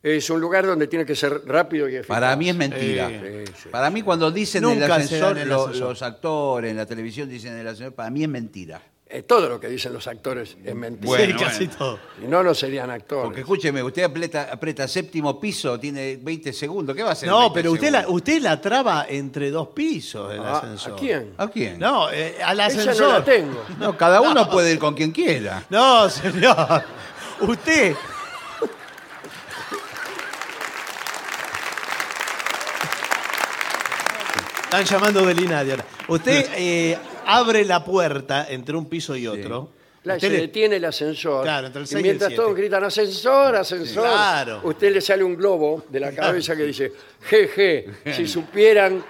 A: es un lugar donde tiene que ser rápido y eficaz.
C: Para mí es mentira.
A: Sí, sí.
C: Para mí cuando dicen el
B: Nunca se da
C: ascensor,
B: en el
C: lo-
B: ascensor.
C: los actores en la televisión dicen el ascensor, para mí es mentira.
A: Eh, todo lo que dicen los actores es mentira.
C: Bueno,
B: sí, casi
C: bueno.
B: todo.
A: Si no, no serían actores.
C: Porque escúcheme, usted aprieta, aprieta séptimo piso, tiene 20 segundos, ¿qué va a hacer?
B: No,
C: 20
B: pero usted la,
C: segundos?
B: usted la traba entre dos pisos del
A: Ah,
B: ascensor.
A: ¿A quién?
C: ¿A quién?
B: No, eh, al
A: Esa
B: ascensor.
A: no la tengo.
C: No, cada uno puede ir con quien quiera.
B: No, señor. Usted. Están llamando del INADI ahora. Usted eh, abre la puerta entre un piso y otro.
A: Claro,
B: Usted
A: se
B: le-
A: detiene el ascensor.
B: Claro, entre el
A: y
B: seis y el
A: mientras
B: siete.
A: todos gritan ascensor, ascensor,
B: Sí. Claro.
A: usted le sale un globo de la cabeza que dice, jeje,
B: [laughs]
A: si supieran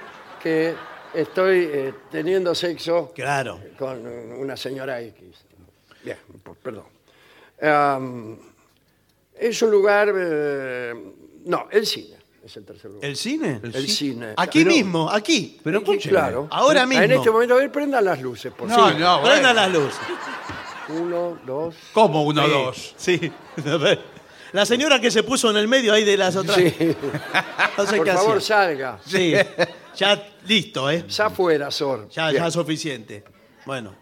A: que estoy eh, teniendo sexo
B: Claro.
A: con una señora X. Bien, p- perdón. Am, es un lugar... eh, no, el cine es el tercer lugar.
B: ¿El cine?
A: El cine.
B: Aquí
A: Pero-
B: mismo, aquí.
C: Pero escúcheme.
A: Claro.
B: Ahora
A: En
B: mismo.
A: este momento, a ver, prendan las luces, por
C: No,
A: favor.
C: no,
B: Prenda
C: bueno.
B: las luces.
A: Uno, dos...
C: ¿Cómo uno,
B: Sí,
C: dos?
B: Sí. [laughs] A ver. La señora que se puso en el medio ahí de las otras.
A: Sí,
B: [laughs] No sé
A: por
B: qué hacía.
A: favor, salga.
B: Sí.
A: [laughs]
B: Ya listo, ¿eh?
A: Ya fuera, Sor.
B: Ya,
A: Bien.
B: ya suficiente. Bueno.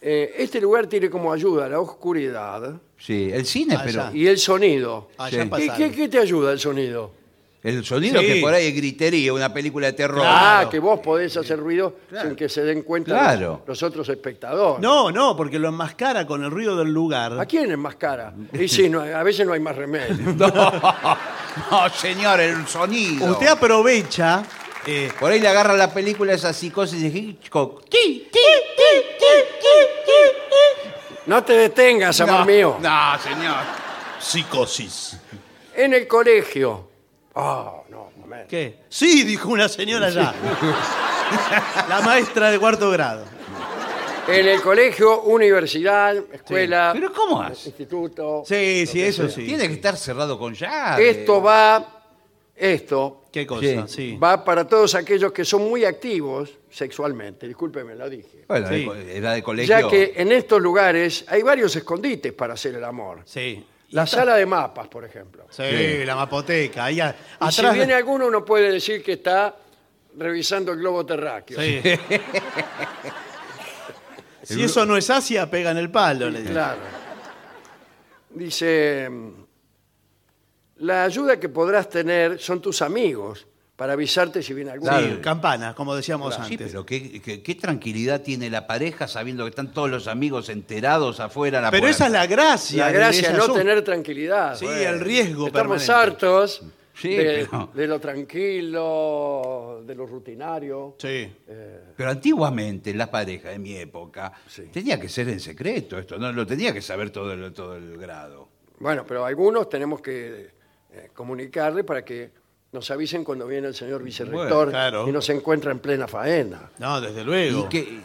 A: Eh, este lugar tiene como ayuda la oscuridad
C: Sí, el cine,
B: Ah,
C: pero
B: ya.
A: y el sonido.
B: Allá
A: ¿Qué,
C: Sí.
B: pasaron.
A: qué- qué te ayuda el sonido?
C: el sonido
B: Sí.
C: que por ahí es gritería, una película de terror.
A: Ah,
B: Claro.
A: que vos podés hacer ruido sin que se den cuenta los-
C: Eh, Claro.
A: los, otros espectadores.
B: No, no, porque lo enmascara con el ruido del lugar.
A: ¿A quién es más cara? Y sí, no, a veces no hay más remedio.
C: No, no, señor, el sonido.
B: Usted aprovecha. eh,
C: Por ahí le agarra la película esa psicosis de Hitchcock. [laughs] ¡Ti, ti,
A: No te detengas, amor mío.
C: No, señor.
B: psicosis.
A: En el colegio. Ah, no, mamá.
B: ¿Qué? Sí, dijo una señora ya. La maestra de cuarto grado.
A: En el colegio, universidad, escuela,
C: ¿Pero cómo hace?
A: instituto.
B: Sí, sí, eso sí.
C: Tiene que estar cerrado con llave.
A: Esto va Esto
B: ¿Qué cosa?
C: Sí.
B: Sí.
A: va para todos aquellos que son muy activos sexualmente, discúlpeme, lo dije.
C: Bueno,
B: Sí.
C: de co- edad de colegio.
A: Ya que en estos lugares hay varios escondites para hacer el amor.
B: Sí.
A: La
B: Sí,
A: sala de mapas, por ejemplo.
C: Sí.
B: la mapoteca. Ahí a-
A: Y
B: atrás.
A: si viene alguno, uno puede decir que está revisando el globo terráqueo.
B: Sí. si eso no es Asia, pega en el palo. le digo.
A: Claro. Dice, la ayuda que podrás tener son tus amigos para avisarte si viene alguno.
C: Claro.
B: Sí, campanas, como decíamos
C: Sí,
B: antes.
C: pero qué, qué- qué tranquilidad tiene la pareja sabiendo que están todos los amigos enterados afuera a la
B: Pero esa es la gracia.
A: La
B: de
A: gracia
B: ese
A: es no
B: asunto.
A: tener tranquilidad.
B: Sí, el riesgo
A: Estamos
B: permanente.
A: hartos
C: Sí,
A: de,
C: pero-
A: de lo tranquilo, de lo rutinario.
B: Sí.
C: Pero antiguamente, en las parejas de mi época,
A: Sí.
C: tenía que ser en secreto esto, no lo tenía que saber todo el, todo el grado.
A: Bueno, pero algunos tenemos que eh, comunicarle para que nos avisen cuando viene el señor vicerrector
C: Bueno,
B: claro.
A: y nos encuentra en plena faena.
B: No, desde
C: ¿Y
B: luego.
C: qué,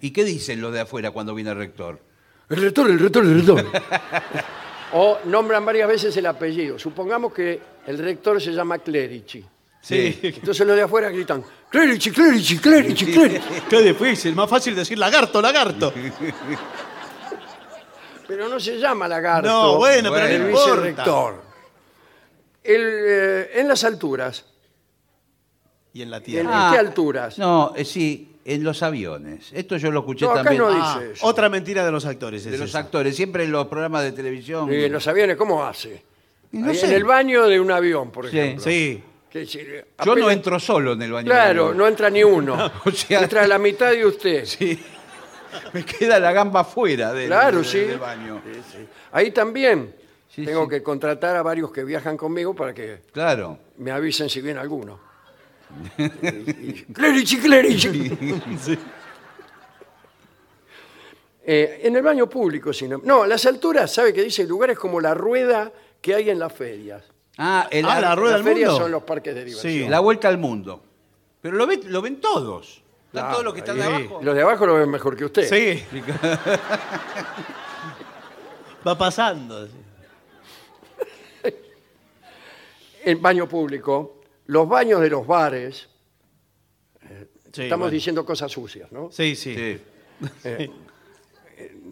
C: ¿Y qué dicen los de afuera cuando viene el rector?
A: El rector, el rector, el
B: [laughs]
A: rector. o nombran varias veces el apellido. Supongamos que el rector se llama Clerici.
B: Sí.
A: Entonces los de afuera gritan, Clerici, Clerici, Clerici, Clerici.
B: [laughs] Qué difícil. Más fácil decir lagarto, lagarto.
A: Pero no se llama lagarto.
B: No, bueno,
C: pero no
A: el
B: importa.
A: vicerrector. El, eh, en las alturas.
B: Y en la
A: ¿En,
B: tierra.
A: en qué alturas?
C: Ah, No, eh, sí, en los aviones. Esto yo lo escuché
A: No, acá
C: también
A: no
C: ah,
A: dice
B: Ah,
A: eso.
B: otra mentira de los actores.
C: de
B: es
C: los
B: esa.
C: actores, siempre en los programas de televisión.
A: Y en eh, los aviones, ¿cómo hace?
C: Y no
A: Ahí
C: sé.
A: En el baño de un avión, por
C: Sí.
A: ejemplo.
B: Sí.
A: Que si- Yo
C: Yo no entro solo en el baño.
A: Claro, no entra ni
C: [laughs]
A: uno.
C: O sea-
A: entra la mitad de usted.
C: Sí. Me queda la gamba fuera del,
A: Claro,
C: del-
A: sí.
C: del baño.
A: Ahí también
C: Sí,
A: tengo
C: sí.
A: que contratar a varios que viajan conmigo para que
C: Claro.
A: me avisen si viene alguno. Y- y- Clerici, clerici. Eh, en el baño público, si no. No, las alturas, ¿sabe qué dice? Lugares como la rueda que hay en las ferias.
C: Ah, el
B: Ah, la
C: ar-
B: rueda
A: Las
B: del
A: ferias
B: mundo.
A: son los parques de diversión.
B: Sí.
C: la vuelta al mundo. Pero lo ven, lo ven todos. Están
A: Claro,
C: todos los que están
A: ahí-
C: de abajo.
A: Los de abajo lo ven mejor que usted.
B: Sí. Va pasando. sí.
A: El baño público, los baños de los bares.
B: Sí,
A: Estamos
B: bueno.
A: diciendo cosas sucias, ¿no?
B: Sí, sí.
C: Sí.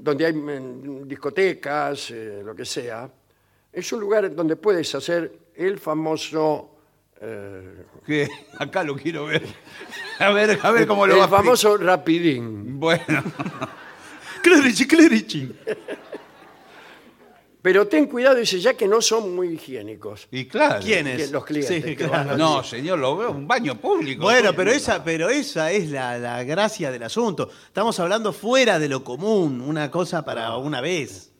A: donde hay mm, discotecas, eh, lo que sea, es un lugar donde puedes hacer el famoso, eh,
C: Que acá lo quiero ver. [laughs] A ver, a ver cómo lo
A: el
C: va a
A: famoso rapidín.
C: Bueno,
B: [laughs] Clerici, clerici.
A: Pero ten cuidado, dice, ya que no son muy higiénicos.
C: y claro.
B: ¿Quiénes?
A: Los clientes
B: Sí,
A: que
B: claro.
A: van
C: No, señor, lo veo un baño público.
B: Bueno, pero esa, pero esa es la, la gracia del asunto. Estamos hablando fuera de lo común, una cosa para una vez.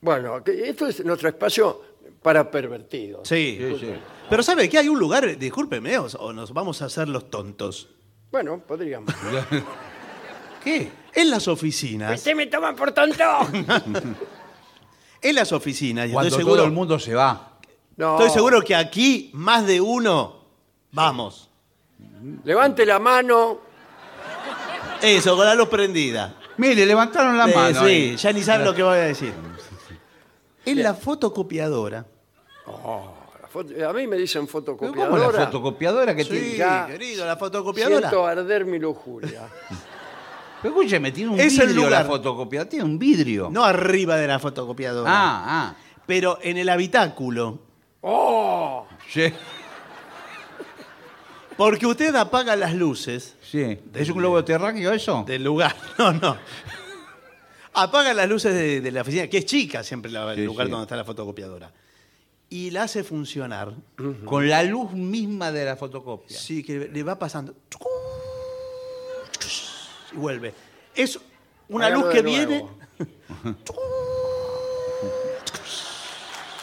A: Bueno, que esto es nuestro espacio para pervertidos.
B: Sí.
C: Sí, sí.
B: Pero ¿sabe que Hay un lugar, discúlpeme, o, o nos vamos a hacer los tontos.
A: Bueno, podríamos.
C: ¿Qué?
B: En las oficinas,
A: ¡Usted Este me toman por tonto!
B: en las oficinas, y
C: Cuando
B: estoy seguro,
C: todo el mundo se va.
A: No.
B: estoy seguro que aquí más de uno, vamos.
A: Levante la mano.
B: Eso, con la luz prendida.
C: Mire, levantaron la
B: Eh,
C: mano.
B: sí,
C: ahí.
B: ya ni sabe lo que voy a
C: [laughs]
B: decir. En la fotocopiadora.
A: La foto- A mí me dicen
C: Pero ¿Cómo la
A: fotocopiadora.
C: fotocopiadora que tiene?
A: ya.
B: querido, la fotocopiadora.
A: Siento arder mi lujuria.
C: Pero escúcheme, tiene un
B: Es el
C: vidrio la
B: lugar.
C: fotocopiadora. Tiene un vidrio.
B: No arriba de la fotocopiadora.
C: Ah, ah.
B: Pero en el habitáculo.
A: ¡Oh!
C: Sí.
B: Porque usted apaga las luces
C: sí. ¿Es un globo terráqueo eso?
B: del lugar. [laughs] No, no. Apaga las luces de, de la oficina, que es chica siempre la- el
C: Sí,
B: lugar
C: sí.
B: donde está la fotocopiadora. Y la hace funcionar.
C: Con la luz misma de la fotocopia.
B: Sí, que le va pasando. Y vuelve. Es una
A: Hágalo de
B: luz que
A: nuevo.
B: viene.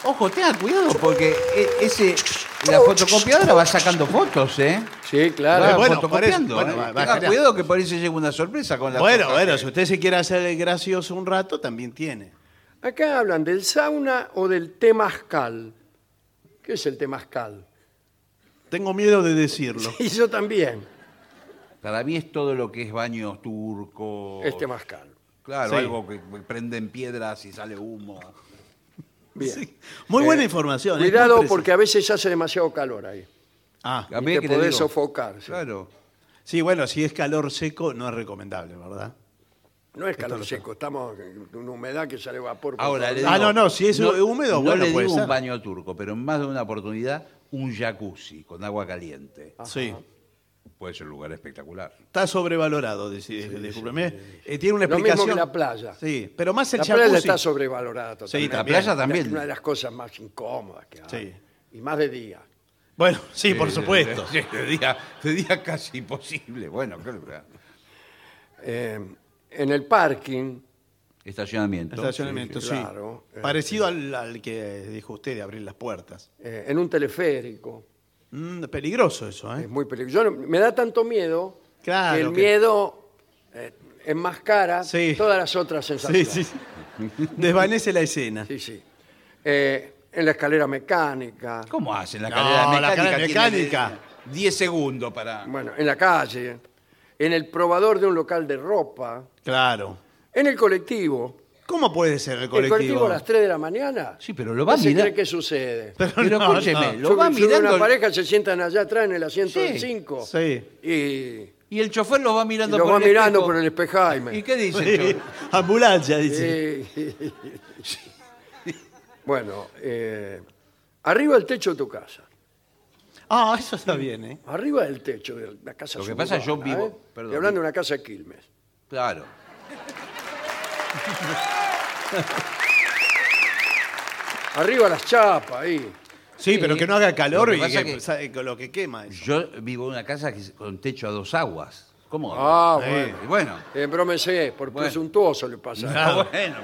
C: Ojo, tenga cuidado porque e- ese, la fotocopiadora va sacando fotos, ¿eh?
A: Sí, claro.
C: Va
B: Pero bueno,
C: fotocopiando.
B: por eso-
C: ¿eh?
B: bueno, va-
C: Tenga
B: va-
C: cuidado que por ahí se llega una sorpresa con la
B: Bueno,
C: foto.
B: bueno, si usted se quiere hacer el gracioso un rato, también tiene.
A: Acá hablan del sauna o del temazcal. ¿Qué es el temazcal?
B: Tengo miedo de decirlo.
A: [laughs] Y yo también,
C: Para mí es todo lo que es baños turcos.
A: Este es temazcal.
C: Claro,
B: Sí.
C: algo que prenden piedras y sale humo.
A: Bien.
B: Sí. Muy buena
A: Eh,
B: información. ¿eh?
A: Cuidado
B: Muy precisa.
A: porque a veces hace demasiado calor ahí.
B: Ah,
A: Y
C: Ve
A: te
C: que le
A: podés
C: digo.
A: sofocar. sí.
C: Claro.
B: sí, bueno, si es calor seco no es recomendable, ¿verdad?
A: No es calor seco, estamos en una humedad que sale vapor. por
C: Ahora
A: todos
C: le
A: lados.
B: Ah, no, no, si es húmedo,
C: no
B: bueno,
C: le
B: puede
C: digo
B: ser.
C: un baño turco, pero en más de una oportunidad, un jacuzzi con agua caliente.
A: Ah.
B: Sí.
C: Puede ser un lugar espectacular.
B: Está sobrevalorado, decí- discúlpeme. Eh, tiene una
A: Lo mismo que
B: explicación.
A: la playa.
B: Sí, pero más el
A: La playa
B: jacuzzi.
A: está sobrevalorada totalmente.
C: la
B: también.
C: playa también.
A: Una de las cosas más incómodas que hay.
B: Sí.
A: Y más de día.
B: Bueno, sí, por supuesto.
C: Sí, de, día, de día casi imposible. Bueno, claro. claro.
A: Eh, en el parking,
C: Estacionamiento.
B: Estacionamiento,
A: Sí,
B: sí.
A: claro. este.
B: Parecido al, al que dijo usted de abrir las puertas.
A: eh, en un teleférico,
B: Mm, peligroso eso,
A: es
B: ¿eh?
A: muy peligroso. Yo no- me da tanto miedo
B: Claro
A: que el
B: que-
A: miedo eh, enmascara
B: Sí.
A: todas las otras
B: Sí,
A: sensaciones.
B: sí. Desvanece la escena.
A: Sí, sí. Eh, en la escalera mecánica,
C: ¿Cómo hacen? La
B: No,
C: carrera mecánica.
B: la escalera
C: tiene
B: mecánica.
C: 10 segundos para.
A: bueno, en la calle, en el probador de un local de ropa,
B: Claro.
A: en el colectivo.
B: ¿Cómo puede ser el
A: El
B: colectivo?
A: colectivo a las 3 de la mañana.
C: Sí, pero lo va a
A: ¿Qué se
C: mirar.
A: cree que sucede?
B: Pero
C: Pero
B: no,
C: escúcheme,
B: no.
C: lo
A: Sube-
C: va
A: sube
C: mirando.
A: Una pareja se sientan allá atrás en el asiento
C: Sí,
A: del 5.
B: sí.
A: Y
C: Y el chofer lo va
A: y
C: mirando
A: lo
C: por
A: va
C: el
A: mirando
C: espejo.
A: por el espejaime.
C: ¿Y qué dice? el
B: Sí,
C: chofer?
B: Ambulancia, dice.
A: Eh, [laughs] bueno, eh, arriba del techo de tu casa.
B: Ah, eso está bien, ¿eh?
A: Arriba del techo de la casa.
C: Lo que pasa, yo
A: suburbana,
C: vivo-
A: ¿eh?
C: perdón.
A: Estoy hablando de una casa de Quilmes.
C: Claro.
A: Arriba las chapas, ahí.
B: Sí, pero que no haga calor
C: Lo
B: y
C: que pasa
B: que,
C: que-
B: sa- con lo que quema. eso.
C: Yo vivo en una casa que es con techo a dos aguas. ¿Cómo?
A: Ah,
C: Sí.
A: bueno.
C: Y bueno.
A: Eh, Embrómese, por
C: Bueno.
A: presuntuoso le
C: [laughs]
A: pasa.
C: Ah, bueno, pero-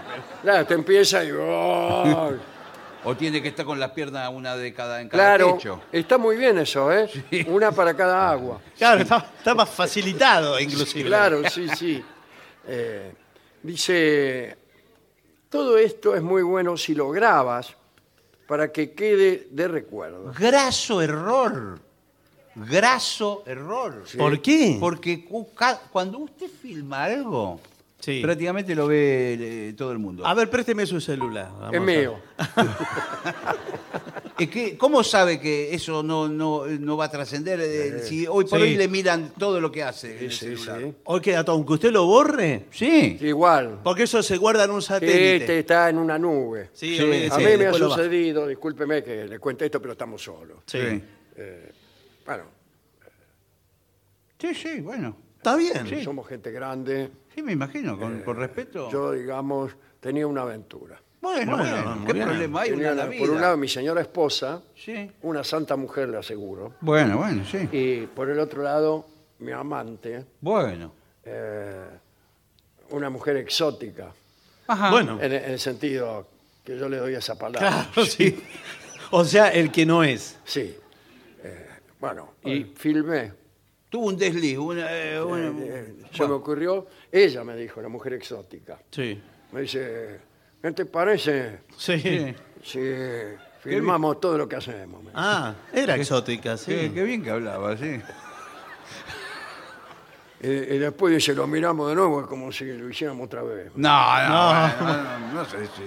A: Claro, te empieza y.
C: [laughs]
A: ¡oh!
C: O tiene que estar con las piernas una de cada en cada
A: Claro,
C: techo.
A: está muy bien eso, ¿eh? Una para cada agua.
B: Claro, está, está más facilitado, inclusive.
A: Claro, sí, sí. Eh, dice, todo esto es muy bueno si lo grabas para que quede de recuerdo.
C: Graso error. Graso error.
B: ¿Por qué?
C: Porque cu- ca- cuando usted filma algo,
B: Sí.
C: prácticamente lo ve eh, todo el mundo.
B: A ver, présteme su celular. vamos
A: es
B: a-
A: mío.
C: Es que, ¿Cómo sabe que eso no, no, no va a trascender eh, si hoy por
B: Sí.
C: hoy le miran todo lo que hace en el
A: Sí,
C: celular?
A: sí.
B: Hoy queda todo, aunque usted lo borre,
C: Sí.
A: Igual.
B: porque eso se guarda en un
A: que
B: satélite.
A: Este está en una nube.
B: Sí,
C: Sí.
B: olvídese,
A: A mí me ha
B: después lo baja.
A: sucedido, discúlpeme que le cuente esto, pero estamos solos.
B: Sí.
A: Bueno,
C: Sí, sí, bueno.
B: Está bien.
A: somos gente grande.
C: Sí, me imagino, con, con respeto.
A: Eh, Yo, digamos, tenía una aventura.
C: Bueno,
B: Bueno,
C: bueno,
B: muy
C: ¿qué
B: bien.
C: problema hay?
A: Tenía
C: Una, la
A: la-
C: vida.
A: por un lado, mi señora esposa,
C: Sí.
A: una santa mujer, le aseguro.
C: Bueno, bueno, sí.
A: Y por el otro lado, mi amante,
C: Bueno.
A: eh, una mujer exótica,
C: Ajá.
B: Bueno,
A: en, en el sentido que yo le doy esa palabra.
B: Ah.
A: [laughs]
B: claro, sí. O sea, el que no es.
A: Sí. Eh, bueno, y filmé. eh,
C: Tuvo un desliz, una, eh, una-
A: Se me ocurrió, ella me dijo, la mujer exótica.
B: Sí.
A: Me dice, ¿qué te parece
B: Sí.
C: Sí.
A: si filmamos todo lo que hacemos? me dijo.
B: Ah, era exótica, sí.
C: Qué, qué bien que hablaba, sí.
A: Y, y después dice, lo miramos de nuevo, es como si lo hiciéramos otra vez.
B: No.
C: No, no, bueno, no, no sé, sí.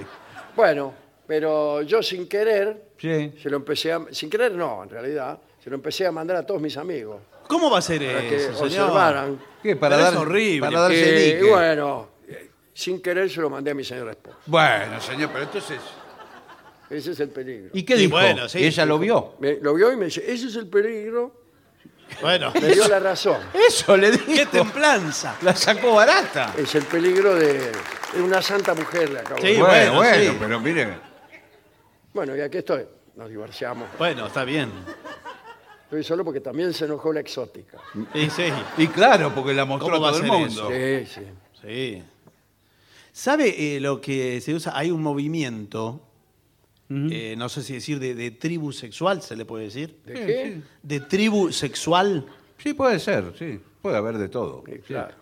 A: Bueno, pero yo sin querer,
C: Sí.
A: se lo empecé a, sin querer no, en realidad, se lo empecé a mandar a todos mis amigos.
B: ¿Cómo va a ser
A: para que
B: eso, Eh, señor?
A: observaran.
C: ¿Qué? Para
B: Pero es
C: dar,
B: horrible.
C: Para darse
A: que,
C: dique. eh, Bueno.
A: bueno, eh, sin querer se lo mandé a mi señora esposa.
C: señor, pero entonces...
A: Ese es el peligro.
C: ¿Y qué
B: Y
C: dijo?
B: bueno, sí,
C: ¿Ella lo vio?
A: Me- lo vio y me dice, ese es el peligro.
B: Bueno, [laughs]
A: Me dio la razón.
C: Eso le dijo.
B: qué templanza.
C: La sacó barata.
A: Es el peligro de, de una santa mujer, le acabo de
B: Sí,
A: decir.
B: bueno,
C: bueno, bueno,
B: sí.
C: pero mire...
A: Bueno, y aquí estoy. Nos divorciamos.
B: Bueno, está bien.
A: Estoy solo porque también se enojó la exótica.
B: Sí, sí.
C: Y claro, porque la mostró a
B: ¿Cómo va a
C: todo el
B: ser
C: mundo.
A: Sí, sí.
B: Sí. ¿Sabe eh, lo que se usa? Hay un movimiento, eh, no sé si decir de, de tribu sexual, ¿se le puede decir?
A: ¿De
C: Sí,
A: qué?
B: De tribu sexual
C: Sí, puede ser, sí. Puede haber de todo.
A: Sí, claro.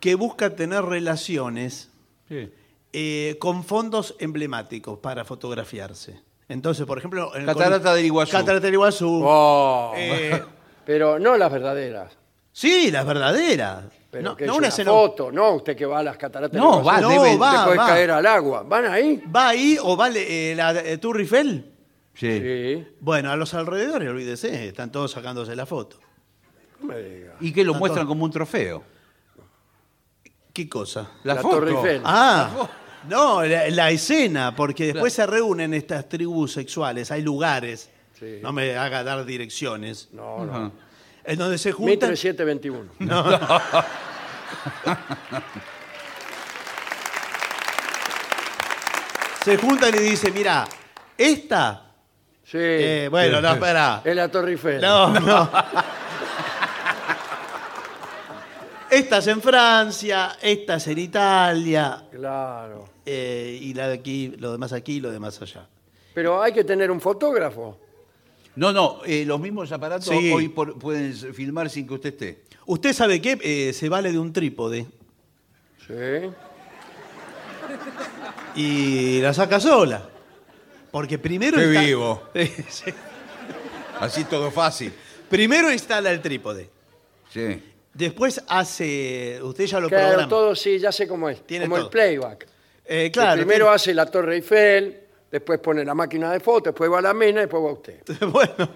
B: que busca tener relaciones
C: Sí.
B: eh, con fondos emblemáticos para fotografiarse. Entonces, por ejemplo... en-
C: Catarata
B: con-
C: del Iguazú.
B: Catarata del Iguazú.
A: Oh,
B: eh,
A: Pero no las verdaderas.
B: Sí, las verdaderas.
A: Pero
B: no
A: que
B: no
A: es
B: una
A: una
B: escena-
A: foto, no usted que va a las cataratas.
C: No,
A: del Iguazú,
C: va, debe-
A: te
B: va,
A: puede
B: va.
A: caer al agua. ¿Van ahí?
B: ¿Va ahí o va eh, la eh, Tour Eiffel?
C: Sí.
A: Sí.
B: Bueno, a los alrededores, olvídese, están todos sacándose la foto.
A: No me diga.
C: Y que lo
B: Ah,
C: muestran
B: todo.
C: como un trofeo.
B: ¿Qué cosa?
C: La,
A: La
C: foto.
A: Torre Eiffel.
B: Ah, no, la, la escena, porque después se reúnen estas tribus sexuales, hay lugares,
A: Sí.
B: no me haga dar direcciones,
A: No, no.
C: Ajá.
B: en donde se juntan...
A: 1721.
B: se juntan y dicen, mira, esta,
A: Sí.
B: eh, bueno, no, espera.
A: es la Torre Eiffel.
B: No,
A: [laughs]
B: no. Esta es en Francia, esta es en Italia,
A: Claro.
B: eh, y la de aquí, lo demás aquí, lo demás allá.
A: Pero hay que tener un fotógrafo.
C: No, no, eh, los mismos aparatos
B: Sí.
C: hoy por- pueden filmar sin que usted esté.
B: ¿Usted sabe qué? Eh, se vale de un trípode
A: Sí.
B: y la saca sola. Porque primero...
C: Qué
B: insta-
C: vivo.
B: [laughs] Sí.
C: Así todo fácil.
B: primero instala el trípode.
C: Sí.
B: Después hace... Usted ya lo
A: Claro,
B: programa.
A: todo sí, ya sé cómo es.
B: Tiene
A: como
B: todo.
A: el playback.
B: Eh, claro.
A: primero
B: tiene-
A: hace la Torre Eiffel, después pone la máquina de fotos, después va a la mina, después va a usted.
B: [laughs] bueno,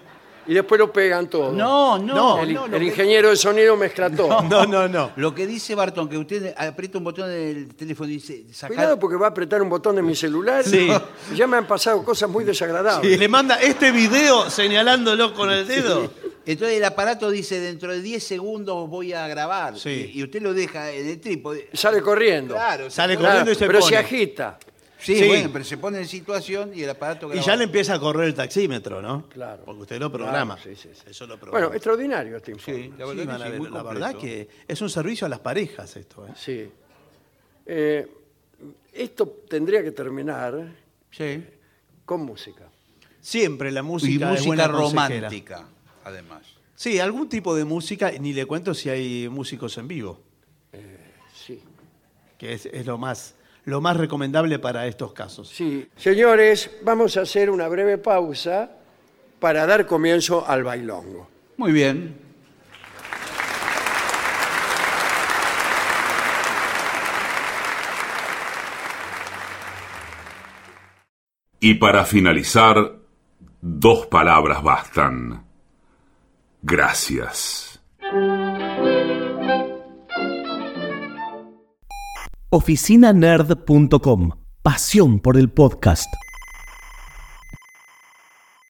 A: Y después lo pegan todo.
C: No, no,
A: El,
C: no,
A: el
C: lo, que,
A: ingeniero de sonido mezcla todo.
B: no, no, no.
C: lo que dice Barton, que usted aprieta un botón del teléfono y dice, sacar.
A: Cuidado porque va a apretar un botón de mi celular.
B: Sí.
A: y Ya me han pasado cosas muy desagradables.
B: Le manda este video señalándolo con el dedo.
C: Entonces el aparato dice, dentro de 10 segundos voy a grabar.
B: Sí.
C: Y, y usted lo deja en el trípode.
A: Sale corriendo.
C: Claro, se
B: Sale
C: pone-
B: corriendo y se
A: pero se
B: pone.
A: agita.
C: Sí,
B: Sí.
C: bueno, pero se pone en situación y el aparato
B: Y
C: graba.
B: ya le empieza a correr el taxímetro, ¿no?
A: Claro.
B: Porque usted lo programa.
A: Claro, sí, sí, sí.
B: Eso lo programa.
A: Bueno, extraordinario este informe.
C: Sí, la
B: Sí, van
C: verdad, que,
B: a
C: sí,
B: ver,
C: muy
B: la
C: completo.
B: verdad que es un servicio a las parejas esto. ¿eh?
A: Sí. Eh, esto tendría que terminar
C: Sí.
A: con música.
B: Siempre la música
C: Y
B: es
C: música
B: buena consejera.
C: romántica, además.
B: Sí, algún tipo de música, ni le cuento si hay músicos en vivo,
A: Sí.
B: que es, es lo más lo más recomendable para estos casos.
A: Sí. Señores, vamos a hacer una breve pausa para dar comienzo al bailongo.
C: Muy bien.
E: Y para finalizar, dos palabras bastan. Gracias.
F: oficinanerd.com. Pasión por el podcast.